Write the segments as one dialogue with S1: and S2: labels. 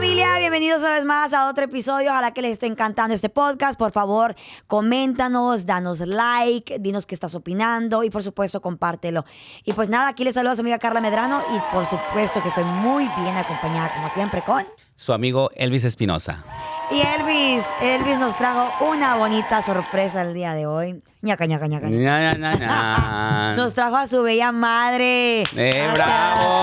S1: bienvenidos una vez más a otro episodio. Ojalá que les esté encantando este podcast. Por favor, coméntanos, danos like, dinos qué estás opinando y por supuesto compártelo. Y pues nada, aquí les saluda a su amiga Carla Medrano y por supuesto que estoy muy bien acompañada como siempre con...
S2: Su amigo Elvis Espinosa.
S1: Y Elvis, Elvis nos trajo una bonita sorpresa el día de hoy. Ñaca, ñaca, ñaca. ñaca.
S2: Na, na, na, na.
S1: Nos trajo a su bella madre.
S2: Mm. ¡Eh, bravo!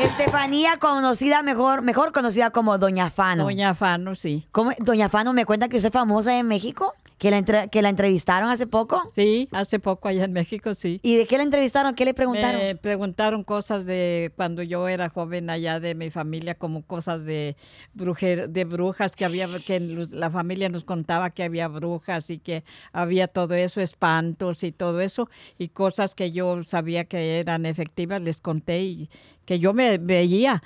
S1: Estefanía, conocida mejor, mejor conocida como Doña Fano. Doña,
S3: Doña Fano, sí.
S1: Doña Fano me cuenta que usted es famosa en México, que la, entre- que la entrevistaron hace poco.
S3: Sí, hace poco allá en México, sí.
S1: ¿Y de qué la entrevistaron? ¿Qué le preguntaron?
S3: Me preguntaron cosas de cuando yo era joven allá de mi familia, como cosas de brujer, de brujas que había, que en los- la familia nos contaba que había brujas y que había todo eso, espantos y todo eso, y cosas que yo sabía que eran efectivas, les conté y que yo me veía,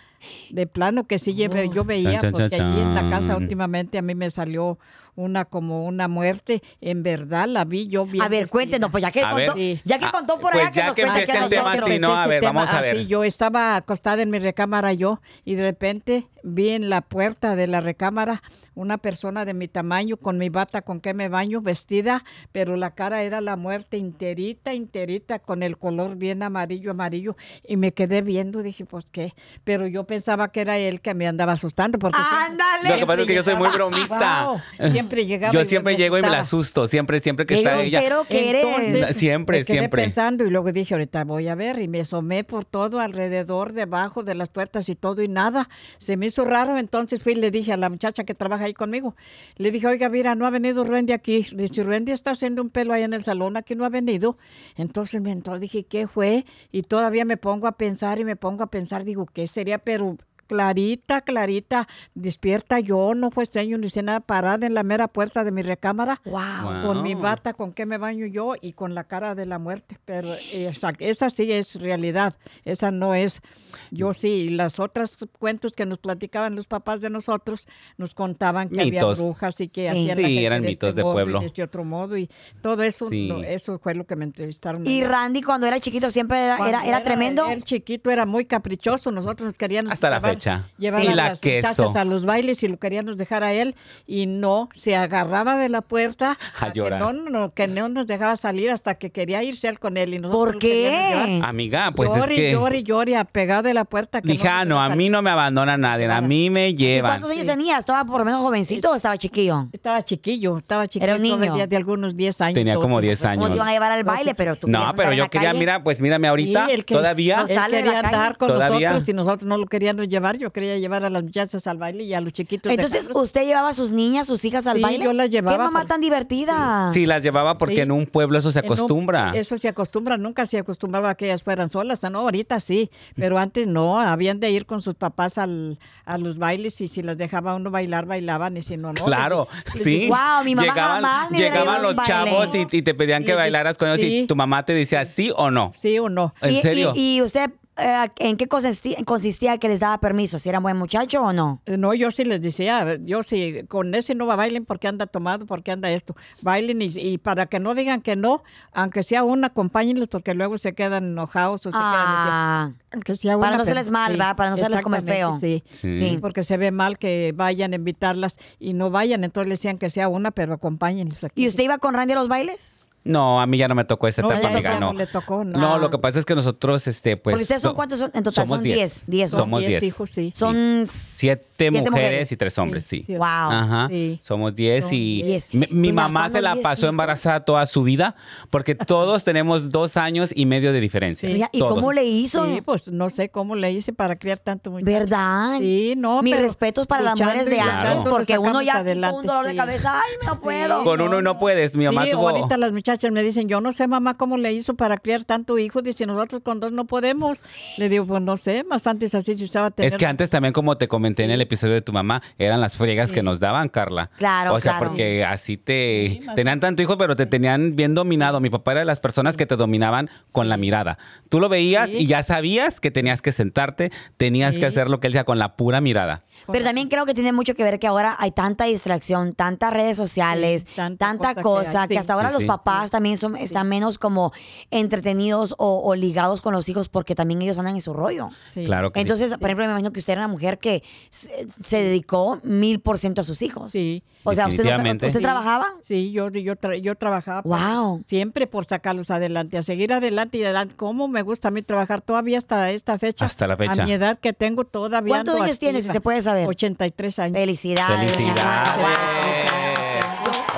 S3: de plano que sí, yo ve- yo veía,
S2: Chan, chan,
S3: porque allí en la casa
S2: chan.
S3: últimamente a mí me salió una como una muerte, en verdad la vi yo bien
S1: a ver,
S3: vestida.
S1: cuéntenos, pues ya que
S2: A ver,
S1: contó, ya que
S2: ah,
S1: contó por
S2: pues
S1: allá que
S2: ya
S1: nos
S2: que
S1: cuente
S2: empecé
S1: a
S2: el tema,
S1: nosotros.
S2: sí, no,
S3: Ese
S2: a ver, vamos a
S3: así,
S2: ver.
S3: yo estaba acostada en mi recámara yo y de repente vi en la puerta de la recámara una persona de mi tamaño con mi bata con que me baño vestida, pero la cara era la muerte enterita, enterita con el color bien amarillo, amarillo y me quedé viendo, dije, pues qué, pero yo pensaba que era él que me andaba asustando porque
S1: Ándale.
S2: Lo que pasa es que yo soy muy
S3: Llegaba.
S2: bromista.
S3: Wow, siempre llegaba
S2: Yo
S3: y
S2: siempre
S3: me
S2: llego y me la
S3: asustaba.
S2: asusto. Siempre, siempre que
S1: Qué
S2: está ella.
S1: grosero que eres.
S2: Na- siempre,
S3: me quedé
S2: siempre.
S3: pensando y luego dije, ahorita voy a ver. Y me asomé por todo, alrededor, debajo de las puertas y todo y nada. Se me hizo raro. Entonces fui y le dije a la muchacha que trabaja ahí conmigo. Le dije, oiga, mira, no ha venido Ruendi aquí. Dice, Ruendi está haciendo un pelo ahí en el salón, aquí no ha venido. Entonces me entró, dije, ¿qué fue? Y todavía me pongo a pensar y me pongo a pensar, digo, ¿qué sería? Pero Clarita, Clarita, despierta yo, no fue sueño, ni hice nada, parada en la mera puerta de mi recámara.
S1: Wow.
S3: Con mi
S2: Wow.
S3: bata, con qué me baño yo y con la cara de la muerte. Pero esa, esa sí es realidad, esa no es.
S2: Mm.
S3: Yo sí, y las otras cuentos que nos platicaban los papás de nosotros, nos contaban que había
S2: Mitos.
S3: brujas y que
S1: Sí.
S3: hacían
S2: Sí,
S3: la gente
S2: eran
S3: de
S2: mitos
S3: este
S2: de
S3: modo y
S2: pueblo.
S3: de este otro modo y todo eso,
S2: Sí.
S3: no, eso fue lo que me entrevistaron.
S1: Y
S3: allá.
S1: Randy cuando era chiquito siempre era,
S3: Cuando
S1: era, era tremendo.
S3: El chiquito era muy caprichoso. Nosotros nos queríamos
S2: Hasta la
S3: llevar-
S2: fecha.
S3: Llevar
S2: Sí.
S3: a
S2: Y la
S3: las muchachas
S2: queso.
S3: a los bailes y lo queríamos dejar a él y no se agarraba de la puerta
S2: A
S3: que
S2: llorar.
S3: no, no, no, que no nos dejaba salir hasta que quería irse él con él y nosotros
S1: ¿Por
S3: lo queríamos
S1: qué?
S3: llevar.
S2: Amiga, pues
S3: llore,
S2: es que.
S3: llore, llore, apegado de la puerta. que
S2: Dije,
S3: nos
S2: ah, no, a
S3: dejaba
S2: mí
S3: salir".
S2: no me abandona nadie. A mí me
S1: ¿Y
S2: llevan.
S1: ¿Cuántos años tenía? ¿Estaba por lo menos jovencito o estaba chiquillo?
S3: Estaba chiquillo, estaba chiquillo.
S1: niño.
S3: todavía de algunos 10 años.
S2: Tenía como
S3: 12.
S2: 10
S1: ¿Cómo te iban a
S2: años.
S1: llevar al baile? Pero tú querías
S2: No,
S1: andar
S2: pero
S1: en
S2: yo
S1: la
S2: quería,
S1: calle.
S2: mira, pues mírame ahorita.
S3: Sí, él que-
S2: todavía.
S1: No
S3: Él
S1: sale de la
S3: quería
S1: calle.
S3: andar con
S2: Todavía.
S3: nosotros y nosotros no lo queríamos llevar. Yo quería llevar a las muchachas al baile y a los chiquitos.
S1: Entonces,
S3: dejarlos.
S1: ¿usted llevaba a sus niñas, sus hijas al
S3: Sí,
S1: baile?
S3: yo las llevaba
S1: ¡Qué mamá
S3: por-
S1: tan divertida!
S2: Sí, las llevaba porque
S3: Sí.
S2: en un pueblo eso se
S3: en un-
S2: acostumbra.
S3: Eh, eso se acostumbra, nunca se acostumbraba a que ellas fueran solas, ¿no? Ahorita sí, pero antes no, habían de ir con sus papás al, a los bailes y si las dejaba uno bailar, bailaban y si no, no.
S2: Claro,
S3: Les-
S2: sí.
S3: les-
S1: Guau, mi mamá
S2: llegaban
S1: jamás me hubiera
S2: llegaban
S1: llevado a
S2: los
S1: un baile.
S2: chavos y, y te pedían que
S3: Les-
S2: bailaras con ellos y
S3: sí.
S2: tu mamá te decía sí o no.
S3: Sí o no.
S2: ¿En
S1: y,
S2: serio?
S1: Y, y usted eh, en qué consistía, consistía que les daba permiso? ¿Si era buen muchacho o no?
S3: Eh, No, yo sí les decía, yo sí, con ese no va, bailen porque anda tomado, porque anda esto. Bailen y, y para que no digan que no, aunque sea una, acompáñenlos porque luego se quedan enojados o se quedan así.
S1: Ah,
S3: Aunque
S1: Para
S3: sea una
S1: no
S3: pena.
S1: hacerles mal, ¿va? Para no hacerles comer
S3: exactamente,
S1: feo.
S3: Sí.
S2: Sí.
S1: Sí.
S3: porque se ve mal que vayan a invitarlas y no vayan, entonces les decían que sea una, pero acompáñenlos aquí.
S1: ¿Y usted iba con Randy a los bailes?
S2: No, a mí ya no me tocó esa
S3: No,
S2: etapa,
S3: ya
S2: amiga,
S3: no,
S2: no.
S3: no le tocó, no.
S2: No, lo que pasa es que nosotros, este, pues.
S1: Porque ustedes son
S2: so-
S1: cuántos son- en total,
S2: somos
S1: son
S2: 10.
S1: diez, diez, ¿no?
S2: somos 10.
S3: hijos, sí.
S1: Son
S2: Siete, mujeres,
S1: mujeres.
S2: y tres hombres, sí.
S3: Sí, sí.
S1: wow.
S2: Ajá.
S3: Sí.
S2: Somos 10 y
S1: diez.
S2: mi, mi
S1: Doña
S2: mamá
S1: Juana,
S2: se la
S1: diez
S2: pasó
S1: hijos.
S2: embarazada toda su vida porque todos tenemos dos años y medio de diferencia.
S1: Oiga, ¿Y
S2: Todos.
S1: cómo le hizo?
S3: Sí, pues no sé cómo le hice para criar tanto muchacho.
S1: ¿Verdad?
S3: Sí, no,
S1: Mis
S3: pero
S1: respetos para las
S3: luchando
S1: mujeres
S3: y
S1: de
S2: Claro.
S1: antes,
S3: luchando,
S1: porque
S3: lo
S1: uno ya con
S3: sacamos
S1: un
S3: adelante,
S1: dolor de
S3: sí.
S1: cabeza, ay, no puedo.
S2: Con uno no puedes, mi mamá
S3: Sí,
S2: tuvo-
S3: ahorita las muchachas me dicen, yo no sé, mamá, cómo le hizo para criar tanto hijo. Dice, nosotros con dos no podemos. Le digo, pues no sé, más antes así se usaba tener...
S2: Es que antes también, como te comenté en el episodio de tu mamá, eran las friegas que nos daban, Carla.
S1: Claro,
S2: O sea,
S1: claro.
S2: porque así te...
S3: Sí, más-
S2: tenían tanto hijos, pero te tenían bien dominado. Mi papá era de las personas que te dominaban con la mirada. Tú lo veías
S3: Sí.
S2: y ya sabías que tenías que sentarte, tenías que
S3: Sí.
S2: hacer lo que él decía con la pura mirada.
S1: Pero también creo que tiene mucho que ver que ahora hay tanta distracción, tantas redes sociales,
S3: Sí, tanta
S1: tanta
S3: cosa que hay,
S1: cosa, que,
S3: sí.
S1: hasta ahora
S2: Sí,
S1: los
S2: sí.
S1: papás también son, están menos como entretenidos o, o ligados con los hijos porque también ellos andan en su rollo.
S3: Sí.
S2: Claro que sí.
S1: Entonces, por ejemplo, me imagino que usted era una mujer que se, se dedicó mil por ciento a sus hijos.
S3: Sí.
S1: O sea, ¿usted, no-
S2: Definitivamente.
S1: usted
S3: Sí.
S1: trabajaba?
S3: Sí, yo, yo, tra- yo trabajaba por-
S1: Wow.
S3: siempre por sacarlos adelante, a seguir adelante y adelante. ¿Cómo me gusta a mí trabajar todavía hasta esta fecha?
S2: Hasta la fecha.
S3: A mi edad que tengo todavía.
S1: ¿Cuántos
S3: ando
S1: años tienes, si
S3: activa.
S1: se puede saber?
S3: 83 años.
S1: Felicidades. doña
S2: Felicidades.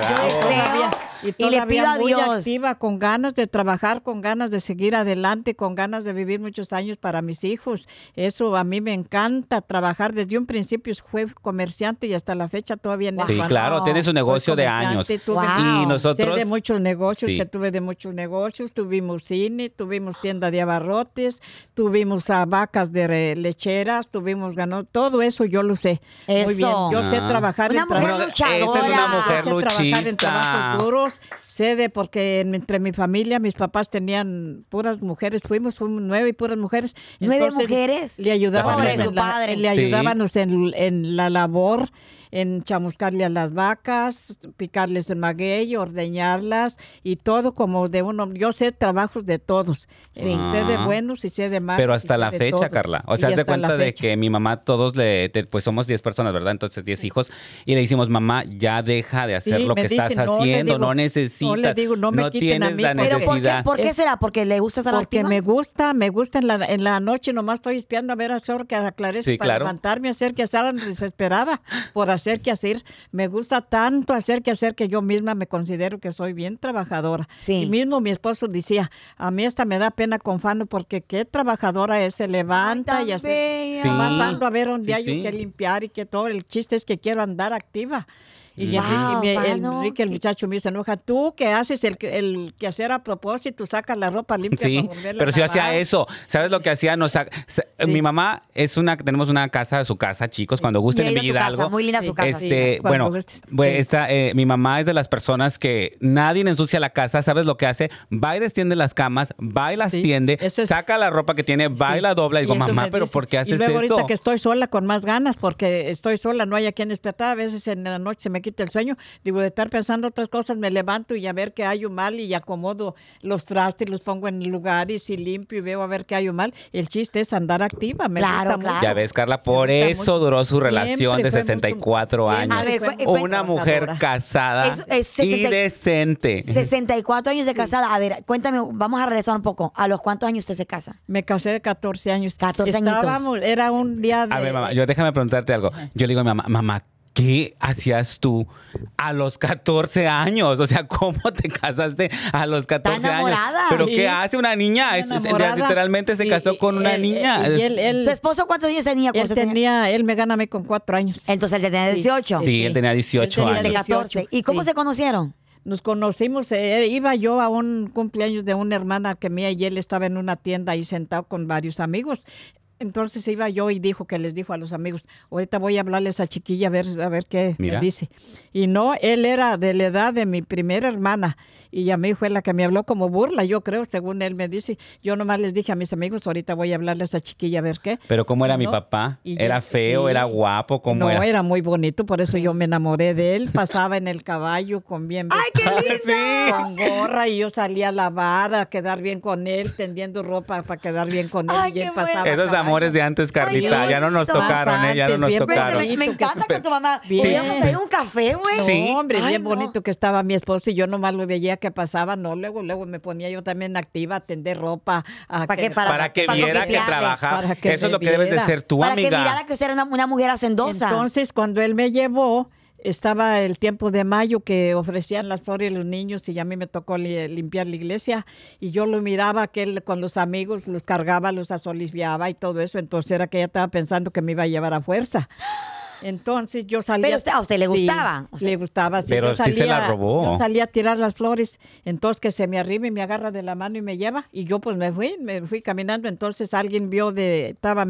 S1: Yo
S2: Bravo.
S1: deseo y, le pido a
S3: muy
S1: Dios.
S3: activa, con ganas de trabajar, con ganas de seguir adelante, con ganas de vivir muchos años para mis hijos. Eso a mí me encanta trabajar. Desde un principio fue comerciante y hasta la fecha todavía en
S2: Sí,
S1: Wow.
S2: claro, tiene su negocio de
S3: comerciante,
S2: años.
S3: tuve-
S1: Wow.
S2: Y nosotros.
S3: Sé de muchos negocios,
S2: Sí.
S3: que tuve de muchos negocios. Tuvimos cine, tuvimos tienda de abarrotes, tuvimos ah, vacas de re- lecheras, tuvimos ganado. Todo eso yo lo sé. Muy bien.
S1: Eso.
S3: Yo sé
S2: Ah.
S3: trabajar
S1: Una
S3: en
S1: mujer
S3: trabajo-
S2: Esa es
S1: luchadora.
S2: una mujer
S3: sé trabajar en
S2: luchista.
S3: trabajos duros, sé de porque en- entre mi familia mis papás tenían puras mujeres, fuimos, fuimos nueve y puras mujeres.
S1: ¿Nueve mujeres?
S3: Le ayudábamos,
S2: Pobre
S1: su
S3: en, la,
S1: padre.
S3: le
S2: Sí.
S3: ayudábamos en, en la labor, en chamuscarle a las vacas, picarles el maguey, ordeñarlas y todo como de uno. Yo sé trabajos de todos, Eh, sé de
S2: Ah.
S3: buenos y sé de malos.
S2: Pero
S3: y
S2: hasta
S3: sé
S2: la
S3: de
S2: fecha,
S3: todo.
S2: Carla.
S3: Y
S2: O sea, haz de
S3: hasta la
S2: cuenta de
S3: fecha.
S2: que mi mamá, todos le, te- pues somos 10 personas, ¿verdad? Entonces 10 hijos. Y le decimos, mamá, ya deja de hacer
S3: Sí,
S2: lo
S3: me
S2: que estás
S3: dicen, no, le
S2: haciendo,
S3: digo,
S2: no
S3: no, le
S2: necesitas.
S3: digo, no me quiten a
S2: tienes
S3: mí,
S2: la
S1: Pero
S3: porque-
S1: ¿por qué, por
S2: necesidad.
S1: qué
S3: Es-
S1: será? ¿Porque le gusta estar
S3: Porque
S1: activa?
S3: me gusta, me gusta en la, en la noche, nomás estoy espiando a ver a qué hora que aclarece
S2: Sí,
S3: para
S2: claro.
S3: levantarme, hacer que hacer, desesperada por hacer que hacer. Me gusta tanto hacer que hacer que yo misma me considero que soy bien trabajadora.
S1: Sí.
S3: Y mismo mi esposo decía, a mí esta me da pena con Fano porque qué trabajadora es, se levanta
S1: Ay, tan
S3: y hace.
S1: bella.
S2: Sí.
S3: Nomás ando a ver dónde
S2: Sí,
S3: hay
S2: sí.
S3: que limpiar y que todo. El chiste es que quiero andar activa. Y, ya- y
S1: Wow,
S3: mi- el
S1: Fano.
S3: Enrique, el muchacho mío, se enoja. Tú que haces el, el que hacer a propósito, sacas la ropa limpia
S2: Sí, pero si yo
S3: yo
S2: hacía eso, ¿sabes lo que hacía? Nos sa- sa- Mi mamá es una, tenemos una casa, su casa, chicos, cuando gusten
S1: Yo he ido
S2: en
S1: a tu
S2: Villa
S1: casa,
S2: Hidalgo.
S1: muy linda su casa.
S2: Este,
S3: Sí, cuando
S2: bueno,
S3: gustes.
S2: pues,
S3: Sí.
S2: esta, eh, mi mamá es de las personas que nadie ensucia la casa, ¿sabes lo que hace? Va y destiende las camas, va y las
S3: Sí,
S2: tiende,
S3: eso es-
S2: saca la ropa que tiene, va y la dobla. Y digo,
S3: eso
S2: mamá,
S3: me
S2: ¿pero
S3: dice.
S2: por qué haces
S3: Y luego
S2: eso?
S3: ahorita que estoy sola con más ganas, porque estoy sola, no hay a quien despertar. A veces en la noche se me quita el sueño. Digo, de estar pensando otras cosas, me levanto y a ver qué hay mal y acomodo los trastes, los pongo en lugares y limpio y veo a ver qué hay mal. El chiste es andar activa. Me
S1: Claro,
S3: gusta
S1: claro.
S3: mucho.
S2: Ya ves, Carla, por
S3: Me gusta
S2: eso
S3: mucho.
S2: duró su
S3: Siempre
S2: relación de
S3: fue muy-
S2: 64
S3: siempre
S2: años.
S1: A ver,
S3: fue muy
S1: cu- cu-
S2: una mujer
S3: trabajadora.
S2: casada
S1: Eso es
S2: y
S1: 60
S2: decente.
S1: 64 años de casada. A ver, cuéntame, vamos a regresar un poco. ¿A los cuántos años usted se casa?
S3: Me casé de 14 años.
S1: 14 añitos.
S3: Estábamos, era un día de...
S2: A ver, mamá, yo déjame preguntarte algo. Yo le digo a mi mamá, mamá, ¿qué hacías tú a los 14 años? O sea, ¿cómo te casaste a los 14 años?
S1: enamorada.
S2: Pero
S3: Sí.
S2: ¿qué hace una niña? Es- es-
S3: enamorada.
S2: literalmente se
S3: Y-
S2: casó con
S3: y
S2: una
S3: él-
S2: niña.
S3: Y él, él-
S1: ¿Su esposo cuántos años tenía?
S3: él
S1: cuando usted tenía?
S3: tenía, él me gana a mí con cuatro años.
S1: Entonces él tenía 18.
S2: Sí, él tenía 18
S1: Y
S3: tenía
S1: usted
S2: años.
S1: 14. ¿Y cómo
S3: sí.
S1: se conocieron?
S3: Nos conocimos, eh, iba yo a un cumpleaños de una hermana que mía y él estaba en una tienda ahí sentado con varios amigos. Entonces iba yo y dijo que les dijo a los amigos, ahorita voy a hablarles a esa chiquilla a ver, a ver qué
S2: Mira.
S3: me dice. Y no, él era de la edad de mi primera hermana y a mí fue la que me habló como burla, yo creo, según él me dice. Yo nomás les dije a mis amigos, ahorita voy a hablarle a esa chiquilla a ver qué.
S2: Pero ¿cómo era mi
S3: No,
S2: papá?
S3: y
S2: ¿Era
S3: ya-
S2: feo?
S3: sí.
S2: ¿Era guapo? ¿Cómo
S3: no,
S2: era?
S3: era? muy bonito, por eso yo me enamoré de él. Pasaba en el caballo con bien con gorra y yo salía a lavar, a quedar bien con él, tendiendo ropa para quedar bien con él.
S1: Ay,
S3: y él
S1: qué
S3: pasaba
S1: bueno.
S2: Esos
S3: caballo.
S2: amores de antes, Carlita,
S1: Ay,
S2: ya no nos
S1: bonito.
S2: tocaron, ¿eh? Ya no
S3: Antes,
S2: nos
S3: bien
S1: Espérate,
S2: tocaron.
S1: me,
S3: bonito.
S1: me encanta con tu mamá.
S3: Bien.
S1: Hubiéramos traído un café, güey.
S3: No,
S2: Sí.
S3: hombre,
S1: Ay,
S3: bien
S1: no.
S3: bonito que estaba mi esposo y yo nomás lo veía que pasaba, no, luego, luego me ponía yo también activa a tender ropa, a
S1: ¿Para qué?
S3: que-
S2: Para,
S1: Para-
S2: que
S1: para
S2: viera que
S1: coquetearle.
S2: trabajaba.
S3: Para que
S2: Eso es
S3: me
S2: lo que debes de
S3: viera.
S2: ser tú,
S1: Para que
S2: amiga.
S1: mirara que usted era una, una mujer hacendosa.
S3: Entonces, cuando él me llevó, estaba el tiempo de mayo que ofrecían las flores a los niños y a mí me tocó li- limpiar la iglesia y yo lo miraba que él con los amigos los cargaba, los asolisviaba y todo eso, entonces era que ella estaba pensando que me iba a llevar a fuerza. Entonces yo salía.
S1: Pero usted- a usted le
S3: Sí,
S1: gustaba, o sea.
S3: le gustaba, sí.
S2: Pero
S3: Yo
S2: sí se la robó.
S3: yo salía a tirar las flores. Entonces que se me arriba y me agarra de la mano y me lleva. Y yo pues me fui, me fui caminando. Entonces alguien vio de, estaba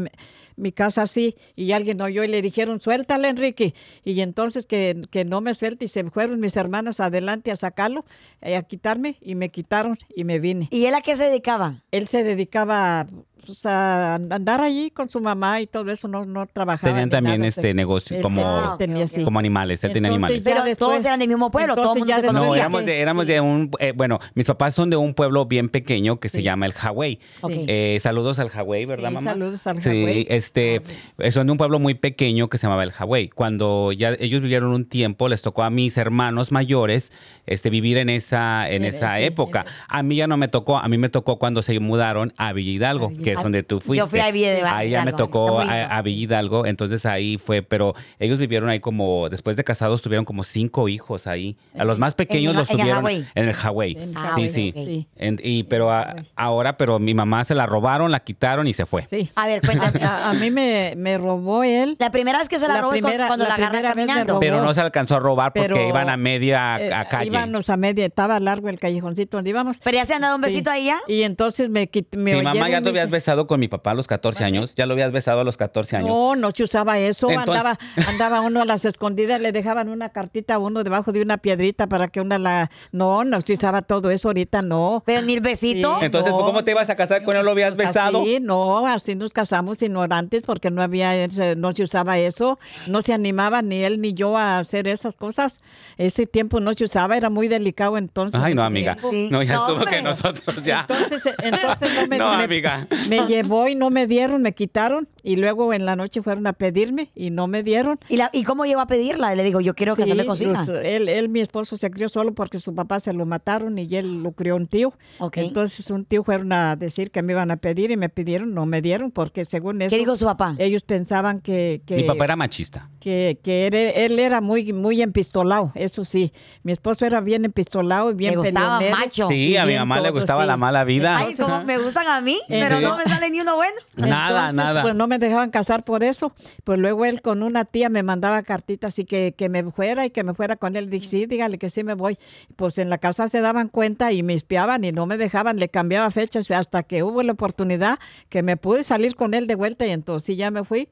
S3: mi casa así, y alguien oyó y le dijeron, suéltale, Enrique. Y entonces que, que no me suelte, y se fueron mis hermanas adelante a sacarlo, eh, a quitarme, y me quitaron y me vine.
S1: ¿Y él a qué se dedicaba?
S3: Él se dedicaba pues, a andar allí con su mamá y todo eso, no, no trabajaba.
S2: Tenían
S3: ni nada,
S2: también
S3: se-
S2: este negocio
S3: Él
S2: como,
S1: Ah,
S3: tenía, sí.
S2: como animales. Él tenía
S3: Entonces,
S2: animales.
S3: ya
S1: Pero todos eran del mismo pueblo, todo el mundo
S3: ya
S1: se
S3: después-
S1: conocía.
S2: No,
S1: Entonces,
S2: éramos de, éramos de un, eh, bueno, mis papás son de un pueblo bien pequeño que se
S3: Sí.
S2: llama el Hawái.
S1: Ok.
S2: Eh, saludos al Hawái, ¿verdad,
S3: Sí,
S2: mamá?
S3: saludos al
S2: Sí,
S3: Hawái.
S2: este,
S1: Ah,
S2: eh, son de un pueblo muy pequeño que se llamaba el Hawái. Cuando ya ellos vivieron un tiempo, les tocó a mis hermanos mayores este, vivir en esa, en
S3: En
S2: esa
S3: ese-
S2: época. A mí ya no me tocó, a mí me tocó cuando se mudaron a Villa Hidalgo, que es donde tú
S1: fui
S2: fuiste.
S1: a Villa Hidalgo,
S2: Ahí ya me
S1: está
S2: tocó
S1: muy
S2: a,
S1: lindo.
S2: a Villa Hidalgo, entonces ahí fue, pero ellos vivieron ahí como, después de casados tuvieron como cinco hijos ahí. A los más pequeños
S1: el-
S2: los
S1: en el
S2: tuvieron
S1: Hawái.
S2: en el Hawái.
S3: En
S1: Ah,
S2: Sí,
S1: bueno,
S2: sí.
S1: ok.
S3: Sí.
S2: En- y pero a- ahora, pero mi mamá se la robaron, la quitaron y se fue.
S3: Sí.
S1: A ver, cuéntame.
S3: A, a mí me, me robó él.
S1: Ah, La primera vez que se la,
S3: Ah. La
S1: robó es cu-
S3: primera-
S1: cuando la,
S3: la
S1: agarra
S3: primera vez me
S1: caminando.
S3: robó.
S2: Pero no se alcanzó a robar porque
S3: Pero,
S2: iban a media
S3: eh,
S2: a- a calle.
S3: Íbamos a media, estaba largo el callejoncito donde íbamos.
S1: Pero ya se han dado un
S3: Sí.
S1: besito ahí ya.
S3: Y entonces me quit- me
S2: mi mamá
S3: oyeron
S2: ya
S3: y
S2: te
S3: me
S2: habías
S3: dice,
S2: besado con mi papá a los 14 años. Ya lo habías besado a los 14 años.
S3: No, no se usaba eso.
S2: Entonces-
S3: Andaba, andaba uno a las escondidas, le dejaban una cartita a uno debajo de una piedrita para que una la. No, no se usaba todo eso. Ahorita no.
S1: Pero ni el besito.
S3: Sí.
S2: Entonces, ¿tú
S3: no.
S2: ¿cómo te ibas a casar con él? ¿Lo habías
S3: Pues
S2: besado?
S3: Así, no, así nos casamos ignorantes porque no había, ese- no se usaba eso, no se animaba ni él ni yo a hacer esas cosas. Ese tiempo no se usaba, era muy delicado entonces.
S2: Ay, no,
S3: ese
S2: amiga.
S3: tiempo.
S1: Sí.
S2: No, ya
S1: No,
S2: estuvo
S1: hombre.
S2: que nosotros ya.
S3: Entonces, eh, entonces no me,
S2: No,
S3: me-
S2: amiga.
S3: me llevó y no me dieron, me quitaron y luego en la noche fueron a pedirme y no me dieron.
S1: ¿Y, la- ¿Y cómo llegó a pedirla? Le dijo, yo quiero
S3: Sí,
S1: casarme con su hija.
S3: pues, él, él, mi esposo, se crió solo porque su papá se lo mataron y él lo crió un tío.
S1: Ok.
S3: Entonces un tío fueron a decir que me iban a pedir y me pidieron, no me dieron porque según eso...
S1: ¿Qué dijo su papá?
S3: Ellos pensaban que... que
S2: Mi papá era machista.
S3: que, que él, él era muy muy empistolado, eso sí. Mi esposo era bien empistolado y bien
S1: Le gustaba
S3: peleonero.
S1: macho.
S2: Sí, a mi
S3: bien
S2: mamá le
S3: todo,
S2: gustaba
S3: sí.
S2: la mala vida.
S1: Ay, como me gustan a mí, pero
S2: Sí.
S1: no me sale ni uno bueno.
S2: Nada,
S3: Entonces,
S2: nada.
S3: Pues no me dejaban casar por eso. Pues luego él con una tía me mandaba cartitas y que, que me fuera y que me fuera con él. Dije, sí, dígale que sí me voy. Pues en la casa se daban cuenta y me espiaban y no me dejaban, le cambiaba fechas hasta que hubo la oportunidad que me pude salir con él de vuelta y entonces sí, ya me fui.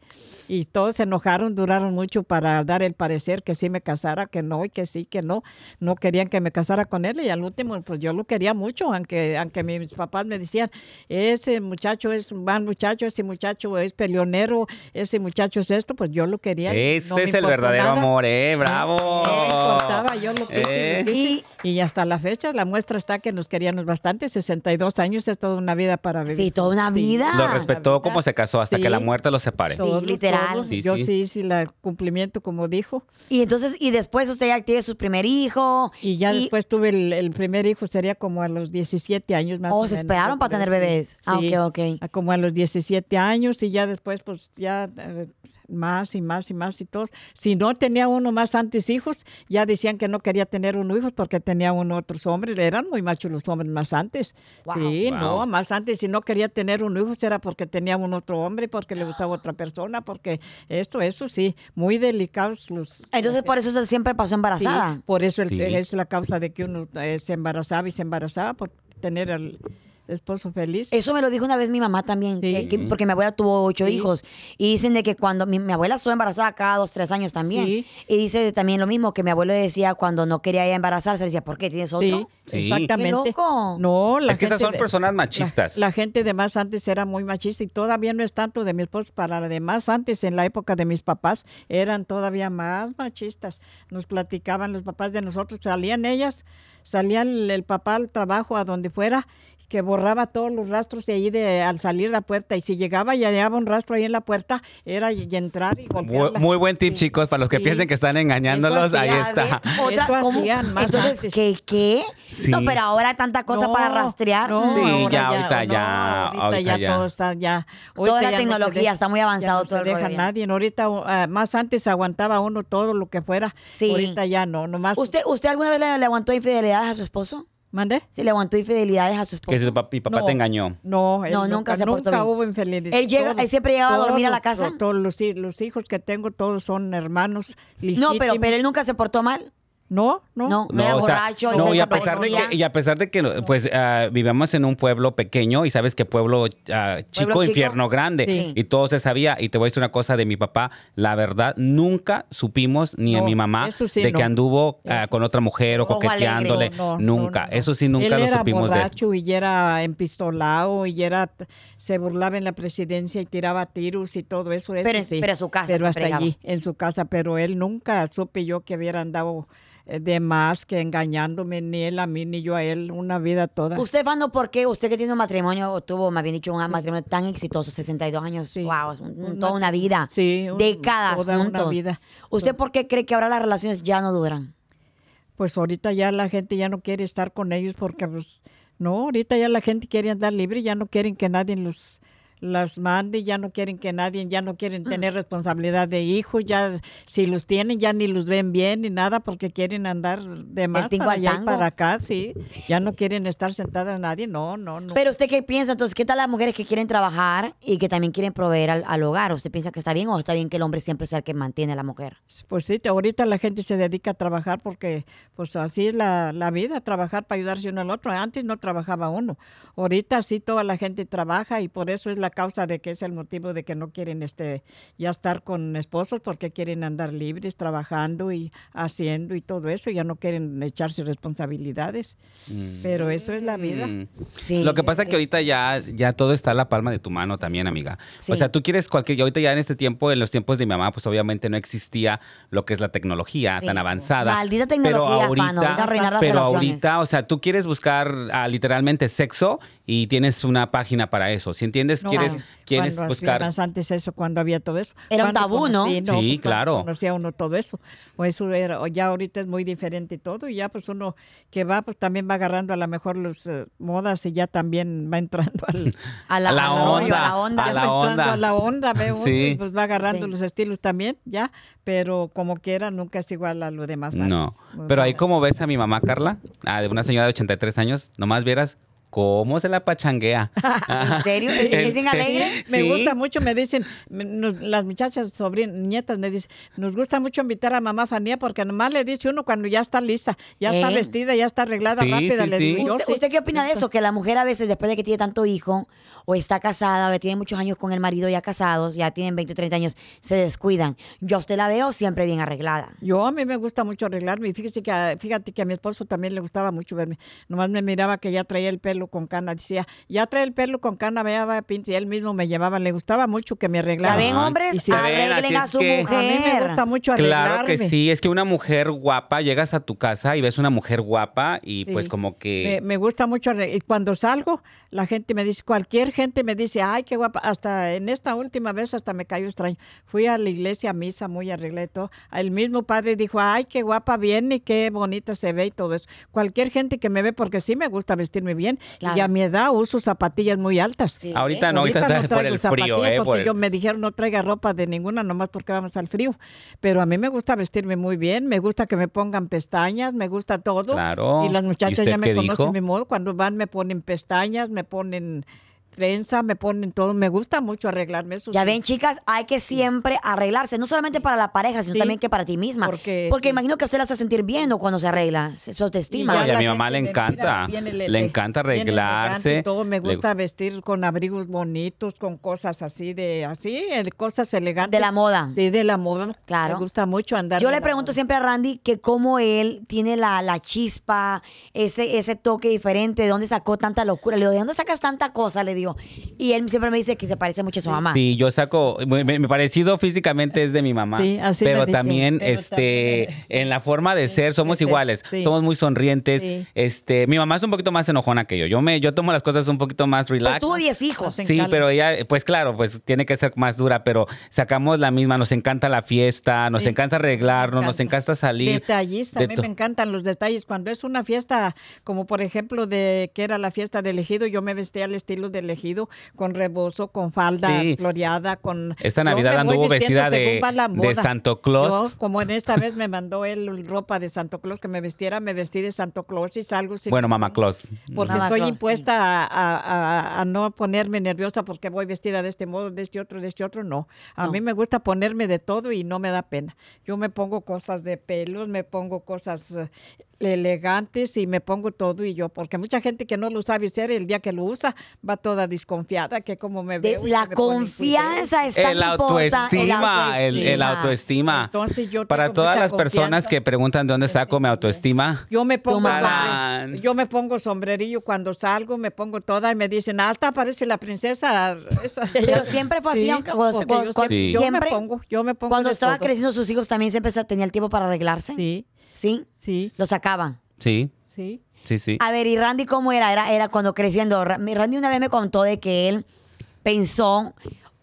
S3: Y todos se enojaron, duraron mucho para dar el parecer que sí me casara, que no, y que sí, que no. No querían que me casara con él y al último, pues yo lo quería mucho, aunque, aunque mis papás me decían, ese muchacho es un mal muchacho, ese muchacho es peleonero, ese muchacho es esto, pues yo lo quería.
S2: Ese
S3: no me
S2: es el
S3: importó
S2: verdadero
S3: nada.
S2: amor, ¿eh?
S3: No
S2: ¡Bravo!
S3: me importaba, yo lo quise,
S2: Eh.
S3: lo quise. Y hasta la fecha, la muestra está que nos queríamos bastante, 62 años es toda una vida para vivir.
S1: Sí, toda una vida.
S2: Lo respetó como se casó hasta
S3: Ah, Sí.
S2: que la muerte los separe.
S1: Sí. literal.
S2: Sí,
S3: yo
S2: sí.
S3: sí, sí, la cumplimiento como dijo.
S1: Y entonces, y después usted ya tiene su primer hijo.
S3: Y ya después tuve el, el primer hijo, sería como a los 17 años más
S1: Oh,
S3: o
S1: se
S3: menos,
S1: esperaron
S3: yo
S1: para
S3: creo,
S1: tener
S3: sí.
S1: bebés. Ah,
S3: Sí,
S1: ok, ok.
S3: a Como a los 17 años y ya después, pues ya eh, más y más y más y todos. Si no tenía uno más antes hijos, ya decían que no quería tener uno hijos porque tenía uno otros hombres. Eran muy machos los hombres más antes.
S1: Wow.
S3: Sí,
S2: Wow.
S3: no, más antes. Si no quería tener un hijo, era porque tenía un otro hombre, porque le gustaba
S1: Ah.
S3: otra persona, porque esto, eso sí, muy delicados los.
S1: Entonces, por eso usted siempre pasó
S3: Sí,
S1: embarazada.
S3: por eso el-
S2: Sí.
S3: es la causa de que uno eh, se embarazaba y se embarazaba por tener al esposo feliz.
S1: Eso me lo dijo una vez mi mamá también, que-
S3: Sí.
S1: que- porque mi abuela tuvo ocho
S3: Sí.
S1: hijos. Y dicen de que cuando mi, mi abuela estuvo embarazada cada dos, tres años también.
S3: Sí.
S1: Y dice también lo mismo que mi abuelo decía cuando no quería ella embarazarse, decía, ¿por qué tienes otro?
S3: Sí,
S2: Sí.
S3: exactamente.
S1: Qué loco.
S3: No, la
S2: Es que esas
S3: gente
S2: son
S3: de-
S2: personas machistas.
S3: La, la gente de más antes era muy machista y todavía no es tanto de mi esposo para la de más antes en la época de mis papás eran todavía más machistas. Nos platicaban los papás de nosotros, salían ellas, salía el, el papá al trabajo a donde fuera que borraba todos los rastros de ahí de al salir la puerta y si llegaba y hallaba un rastro ahí en la puerta era y, y entrar y
S2: Muy,
S3: golpearla.
S2: muy buen tip, chicos, para los que
S3: Sí.
S2: piensen que están engañándolos,
S3: Eso
S2: ahí
S3: hacía,
S2: está.
S3: ¿ves?
S1: Otra,
S3: Eso
S1: ¿cómo?
S3: hacían más
S1: Entonces,
S3: antes.
S1: ¿qué? qué?
S2: Sí.
S1: No, pero ahora tanta cosa
S3: No,
S1: para rastrear.
S3: no,
S2: Sí,
S3: ahora
S2: ya, ahorita
S3: no,
S2: ya,
S3: ahorita,
S2: ahorita
S3: ya,
S2: ya.
S3: todo está ya.
S1: Toda la
S3: ahorita ya no se
S1: tecnología
S3: deja-
S1: está muy avanzada,
S3: ya no
S1: todo el
S3: se deja
S1: rollo ya.
S3: nadie. Ahorita, ah, más antes aguantaba uno todo lo que fuera.
S1: Sí.
S3: Ahorita ya no, nomás.
S1: ¿Usted, ¿Usted alguna vez le, le aguantó infidelidades a su esposo?
S3: ¿Mandé?
S1: ¿Sí le aguantó infidelidades a su esposo?
S2: Que su papá, mi papá
S3: No.
S2: te engañó.
S3: No, él
S1: No, nunca se portó
S3: nunca
S1: bien.
S3: hubo infidelidad.
S1: Él llega-
S3: Todo,
S1: él siempre llegaba a dormir a la
S3: todos,
S1: casa.
S3: to- Todos los, hi- los hijos que tengo, todos son hermanos
S1: no, pero,
S3: legítimos.
S1: pero él nunca se portó mal.
S3: No, no.
S1: No. Era borracho y
S2: no,
S1: se
S2: y a pesar de
S1: conocía.
S2: que, y a pesar de que pues ah, vivíamos en un pueblo pequeño y sabes que pueblo ah, chico,
S1: Pueblo chico.
S2: infierno grande
S1: Sí.
S2: y todo se sabía y te voy a decir una cosa de mi papá, la verdad nunca supimos ni a
S3: No,
S2: mi mamá
S3: eso sí,
S2: de
S3: no.
S2: que anduvo ah, con otra mujer o
S1: Ojo
S2: coqueteándole,
S1: alegre.
S3: No, no,
S2: nunca,
S3: no, no.
S2: eso sí nunca
S3: él
S2: lo
S3: era
S2: supimos de él.
S3: borracho y era empistolado y era se burlaba en la presidencia y tiraba tiros y todo eso. eso
S1: Pero en-
S3: sí.
S1: pero en su casa
S3: Pero
S1: se
S3: hasta
S1: fregaba.
S3: allí, en su casa. Pero él nunca supe yo que hubiera andado eh, de más que engañándome ni él a mí ni yo a él una vida toda.
S1: Usted, Fando, ¿por qué? Usted que tiene un matrimonio, o tuvo, más bien dicho, un matrimonio tan exitoso, 62 años,
S3: Sí.
S1: wow, un- un-
S3: Un
S1: toda
S3: matri-
S1: una vida,
S3: Sí, un-
S1: décadas
S3: toda una
S1: juntos.
S3: vida.
S1: ¿Usted por qué cree que ahora las relaciones ya no duran?
S3: Pues ahorita ya la gente ya no quiere estar con ellos porque pues no, ahorita ya la gente quiere andar libre, ya no quieren que nadie los las mande, ya no quieren que nadie, ya no
S1: Mm.
S3: quieren tener responsabilidad de hijos, ya si los tienen ya ni los ven bien ni nada porque quieren andar de más
S1: tingo
S3: para
S1: al
S3: allá y
S1: tango.
S3: para acá, sí, ya no quieren estar sentadas nadie, no, no, no.
S1: Pero usted qué piensa, entonces, ¿qué tal las mujeres que quieren trabajar y que también quieren proveer al, al hogar? ¿Usted piensa que está bien o está bien que el hombre siempre sea el que mantiene a la mujer?
S3: Pues sí, te- ahorita la gente se dedica a trabajar porque pues así es la, la vida, trabajar para ayudarse uno al otro. Antes no trabajaba uno. Ahorita sí toda la gente trabaja y por eso es la causa de que es el motivo de que no quieren este ya estar con esposos porque quieren andar libres, trabajando y haciendo y todo eso. Ya no quieren echarse responsabilidades. Pero eso es la vida.
S2: Mm.
S1: Sí.
S2: Lo que pasa es que ahorita ya, ya todo está a la palma de tu mano también, amiga.
S1: Sí.
S2: O sea, tú quieres cualquier... y ahorita ya en este tiempo, en los tiempos de mi mamá, pues obviamente no existía lo que es la tecnología
S1: Sí.
S2: tan avanzada.
S1: Maldita tecnología,
S2: pero
S1: Juan, ahorita arruinar las
S2: pero
S1: relaciones.
S2: ahorita, o sea, tú quieres buscar ah, literalmente sexo y tienes una página para eso. Si entiendes,
S3: No,
S2: quieres,
S3: cuando-
S2: quieres
S3: cuando
S2: buscar...
S3: apenas antes eso, cuando había todo eso.
S1: Era un
S3: Cuando
S1: tabú, ¿no?
S3: conocí,
S2: Sí,
S3: pues, cuando
S2: claro.
S3: Conocía uno todo eso. O eso era, o ya ahorita es muy diferente todo y ya pues uno que va pues también va agarrando a lo mejor las modas y ya también va entrando al
S1: A la,
S2: a la
S1: al
S2: onda,
S1: hoyo, a la onda.
S2: a la
S3: va entrando
S2: onda.
S3: a la onda, ve uno,
S2: Sí.
S3: y, pues va agarrando
S1: Sí.
S3: los estilos también, ya, pero como quiera nunca es igual a lo demás.
S2: No,
S3: antes. Muy
S2: pero ahí
S3: mal.
S2: como ves a mi mamá Carla, ah, de una señora de 83 años, nomás vieras cómo se la pachanguea.
S1: ¿En serio? ¿Le
S2: ¿En
S1: dicen
S2: serio?
S1: alegre?
S3: Me
S2: Sí.
S3: gusta mucho, me dicen, me- nos- las muchachas, sobrinas, nietas, me dicen, nos gusta mucho invitar a mamá Fanía porque nomás le dice uno cuando ya está lista, ya está
S1: ¿Eh?
S3: vestida, ya está arreglada,
S2: Sí,
S3: rápida.
S2: sí,
S3: le
S2: sí.
S3: digo yo,
S1: ¿Usted,
S3: sí.
S1: usted qué opina de eso? Que la mujer a veces, después de que tiene tanto hijo, o está casada, o tiene muchos años con el marido ya casados, ya tienen 20, 30 años, se descuidan. Yo a usted la veo siempre bien arreglada.
S3: Yo a mí me gusta mucho arreglarme y fíjese que a- fíjate que a mi esposo también le gustaba mucho verme. Nomás me miraba que ya traía el pelo con cana, decía, ya trae el pelo con cana, vea, va pinta y él mismo me llevaba, le gustaba mucho que me
S1: ¿La
S3: arreglara.
S1: ven,
S2: Ajá.
S1: hombres?
S3: Y si-
S2: Ven, así
S1: Arreglen a
S2: es
S1: su
S2: que-
S1: mujer.
S3: A mí me gusta mucho arreglarme.
S2: Claro que sí, es que una mujer guapa, llegas a tu casa y ves una mujer guapa y
S3: Sí.
S2: pues como
S3: Me,
S2: que...
S3: me gusta mucho. arre- Y cuando salgo, la gente me dice, cualquier gente me dice, ay, qué guapa. Hasta en esta última vez, hasta me cayó extraño. Fui a la iglesia a misa, muy arreglada y todo. El mismo padre dijo, ay, qué guapa viene, qué bonita se ve y todo eso. Cualquier gente que me ve, porque sí me gusta vestirme bien. Y
S1: Claro.
S3: a mi edad uso zapatillas muy altas.
S1: Sí.
S2: Ahorita no, ahorita,
S3: Ahorita
S2: por
S3: no traigo
S2: el frío,
S3: zapatillas
S2: eh, por
S3: porque
S2: el-
S3: yo me dijeron no traiga ropa de ninguna nomás porque vamos al frío. Pero a mí me gusta vestirme muy bien, me gusta que me pongan pestañas, me gusta todo.
S2: Claro.
S3: Y las
S2: ¿Y
S3: muchachas
S2: usted
S3: ya me
S2: qué
S3: conocen
S2: dijo?
S3: mi modo. Cuando van me ponen pestañas, me ponen trenza, me ponen todo. Me gusta mucho arreglarme eso.
S1: Ya
S3: sí.
S1: ven, chicas, hay que siempre arreglarse, no solamente para la pareja, sino
S3: Sí.
S1: también que para ti misma.
S3: Porque- sí.
S1: imagino que usted la hace sentir bien ¿no? cuando se arregla, se- su autoestima.
S2: Y ya-
S1: ¿verdad?
S2: Oye, a mi
S3: la
S2: mamá
S3: gente
S2: le
S3: me
S2: encanta,
S3: bien
S2: le
S3: elegante,
S2: encanta
S3: bien elegante
S2: arreglarse,
S3: y todo me
S2: le-
S3: gusta vestir con abrigos bonitos, con cosas así de así, el- cosas elegantes.
S1: De la moda.
S3: Sí, de la moda.
S1: Claro.
S3: Me gusta mucho andar.
S1: Yo
S3: de
S1: le
S3: la
S1: pregunto
S3: moda.
S1: siempre a Randy que cómo él tiene la, la chispa, ese, ese toque diferente, de dónde sacó tanta locura. Le digo, ¿de dónde sacas tanta cosa? Le digo. Y él siempre me dice que se parece mucho a su mamá.
S2: Sí, yo saco, mi, mi- mi parecido físicamente es de mi mamá,
S3: Sí, así me
S2: pero
S3: dicen.
S2: también,
S3: Pero
S2: este,
S3: también, sí.
S2: en la forma de ser somos
S3: de ser,
S2: iguales,
S3: sí.
S2: somos muy sonrientes,
S3: Sí.
S2: este, mi mamá es un poquito más enojona que yo, yo me, yo tomo las cosas un poquito más
S1: Pues
S2: relax,
S1: tuvo 10 hijos.
S3: Hacen
S2: Sí,
S3: calma.
S2: pero ella, pues claro, pues tiene que ser más dura, pero sacamos la misma, nos encanta la fiesta, nos
S3: Sí.
S2: encanta arreglarnos,
S3: Me
S2: nos
S3: encanta.
S2: encanta salir.
S3: Detallista,
S2: de
S3: a mí
S2: to-
S3: me encantan los detalles. Cuando es una fiesta, como por ejemplo de que era la fiesta de elegido, yo me vestía al estilo del elegido con rebozo, con falda
S2: Sí.
S3: floreada, con...
S2: Esta
S3: Yo me
S2: Navidad
S3: voy
S2: anduvo
S3: vistiendo
S2: vestida de-
S3: según va la
S2: de
S3: moda.
S2: Santo Claus.
S3: Yo, como en esta vez me mandó él ropa de Santo Claus que me vistiera, me vestí de Santo Claus y salgo sin...
S2: Bueno, mamá Claus.
S3: Porque
S1: Mamá
S3: estoy
S1: Claus, Mm. sí.
S3: impuesta a, a- a- a no ponerme nerviosa porque voy vestida de este modo, de este otro, de este otro. No, a
S1: No.
S3: mí me gusta ponerme de todo y no me da pena. Yo me pongo cosas de pelos, me pongo cosas eh, elegantes y me pongo todo y yo, porque mucha gente que no lo sabe usar, el día que lo usa, va toda desconfiada, que como me
S1: De-
S3: veo. y
S1: la
S3: que me ponen cuidado.
S1: confianza es tan
S2: El
S1: importante, el
S2: autoestima, el, el autoestima.
S3: Entonces, yo
S2: Para
S3: tengo
S2: todas
S3: mucha
S2: las personas
S3: confianza.
S2: que preguntan de dónde saco mi autoestima,
S3: Yo me pongo
S2: mamá.
S3: sombre- yo me pongo sombrerillo cuando salgo, me pongo toda y me dicen, hasta parece la princesa. esa".
S1: Pero siempre fue así, aunque cuando-
S3: porque
S1: cuando-
S3: yo,
S1: cuando-
S3: siempre- yo
S1: siempre-
S3: me pongo, yo me pongo
S1: Cuando
S3: de
S1: estaba
S3: todo.
S1: creciendo sus hijos también siempre se- tenía el tiempo para arreglarse.
S3: Sí,
S1: ¿Sí?
S3: sí,
S1: Lo sacaban.
S2: sí,
S3: sí.
S2: sí, sí.
S3: Ah,
S1: A ver, ¿y Randy cómo era? Era, era cuando creciendo. Ra- mi- Randy una vez me contó de que él pensó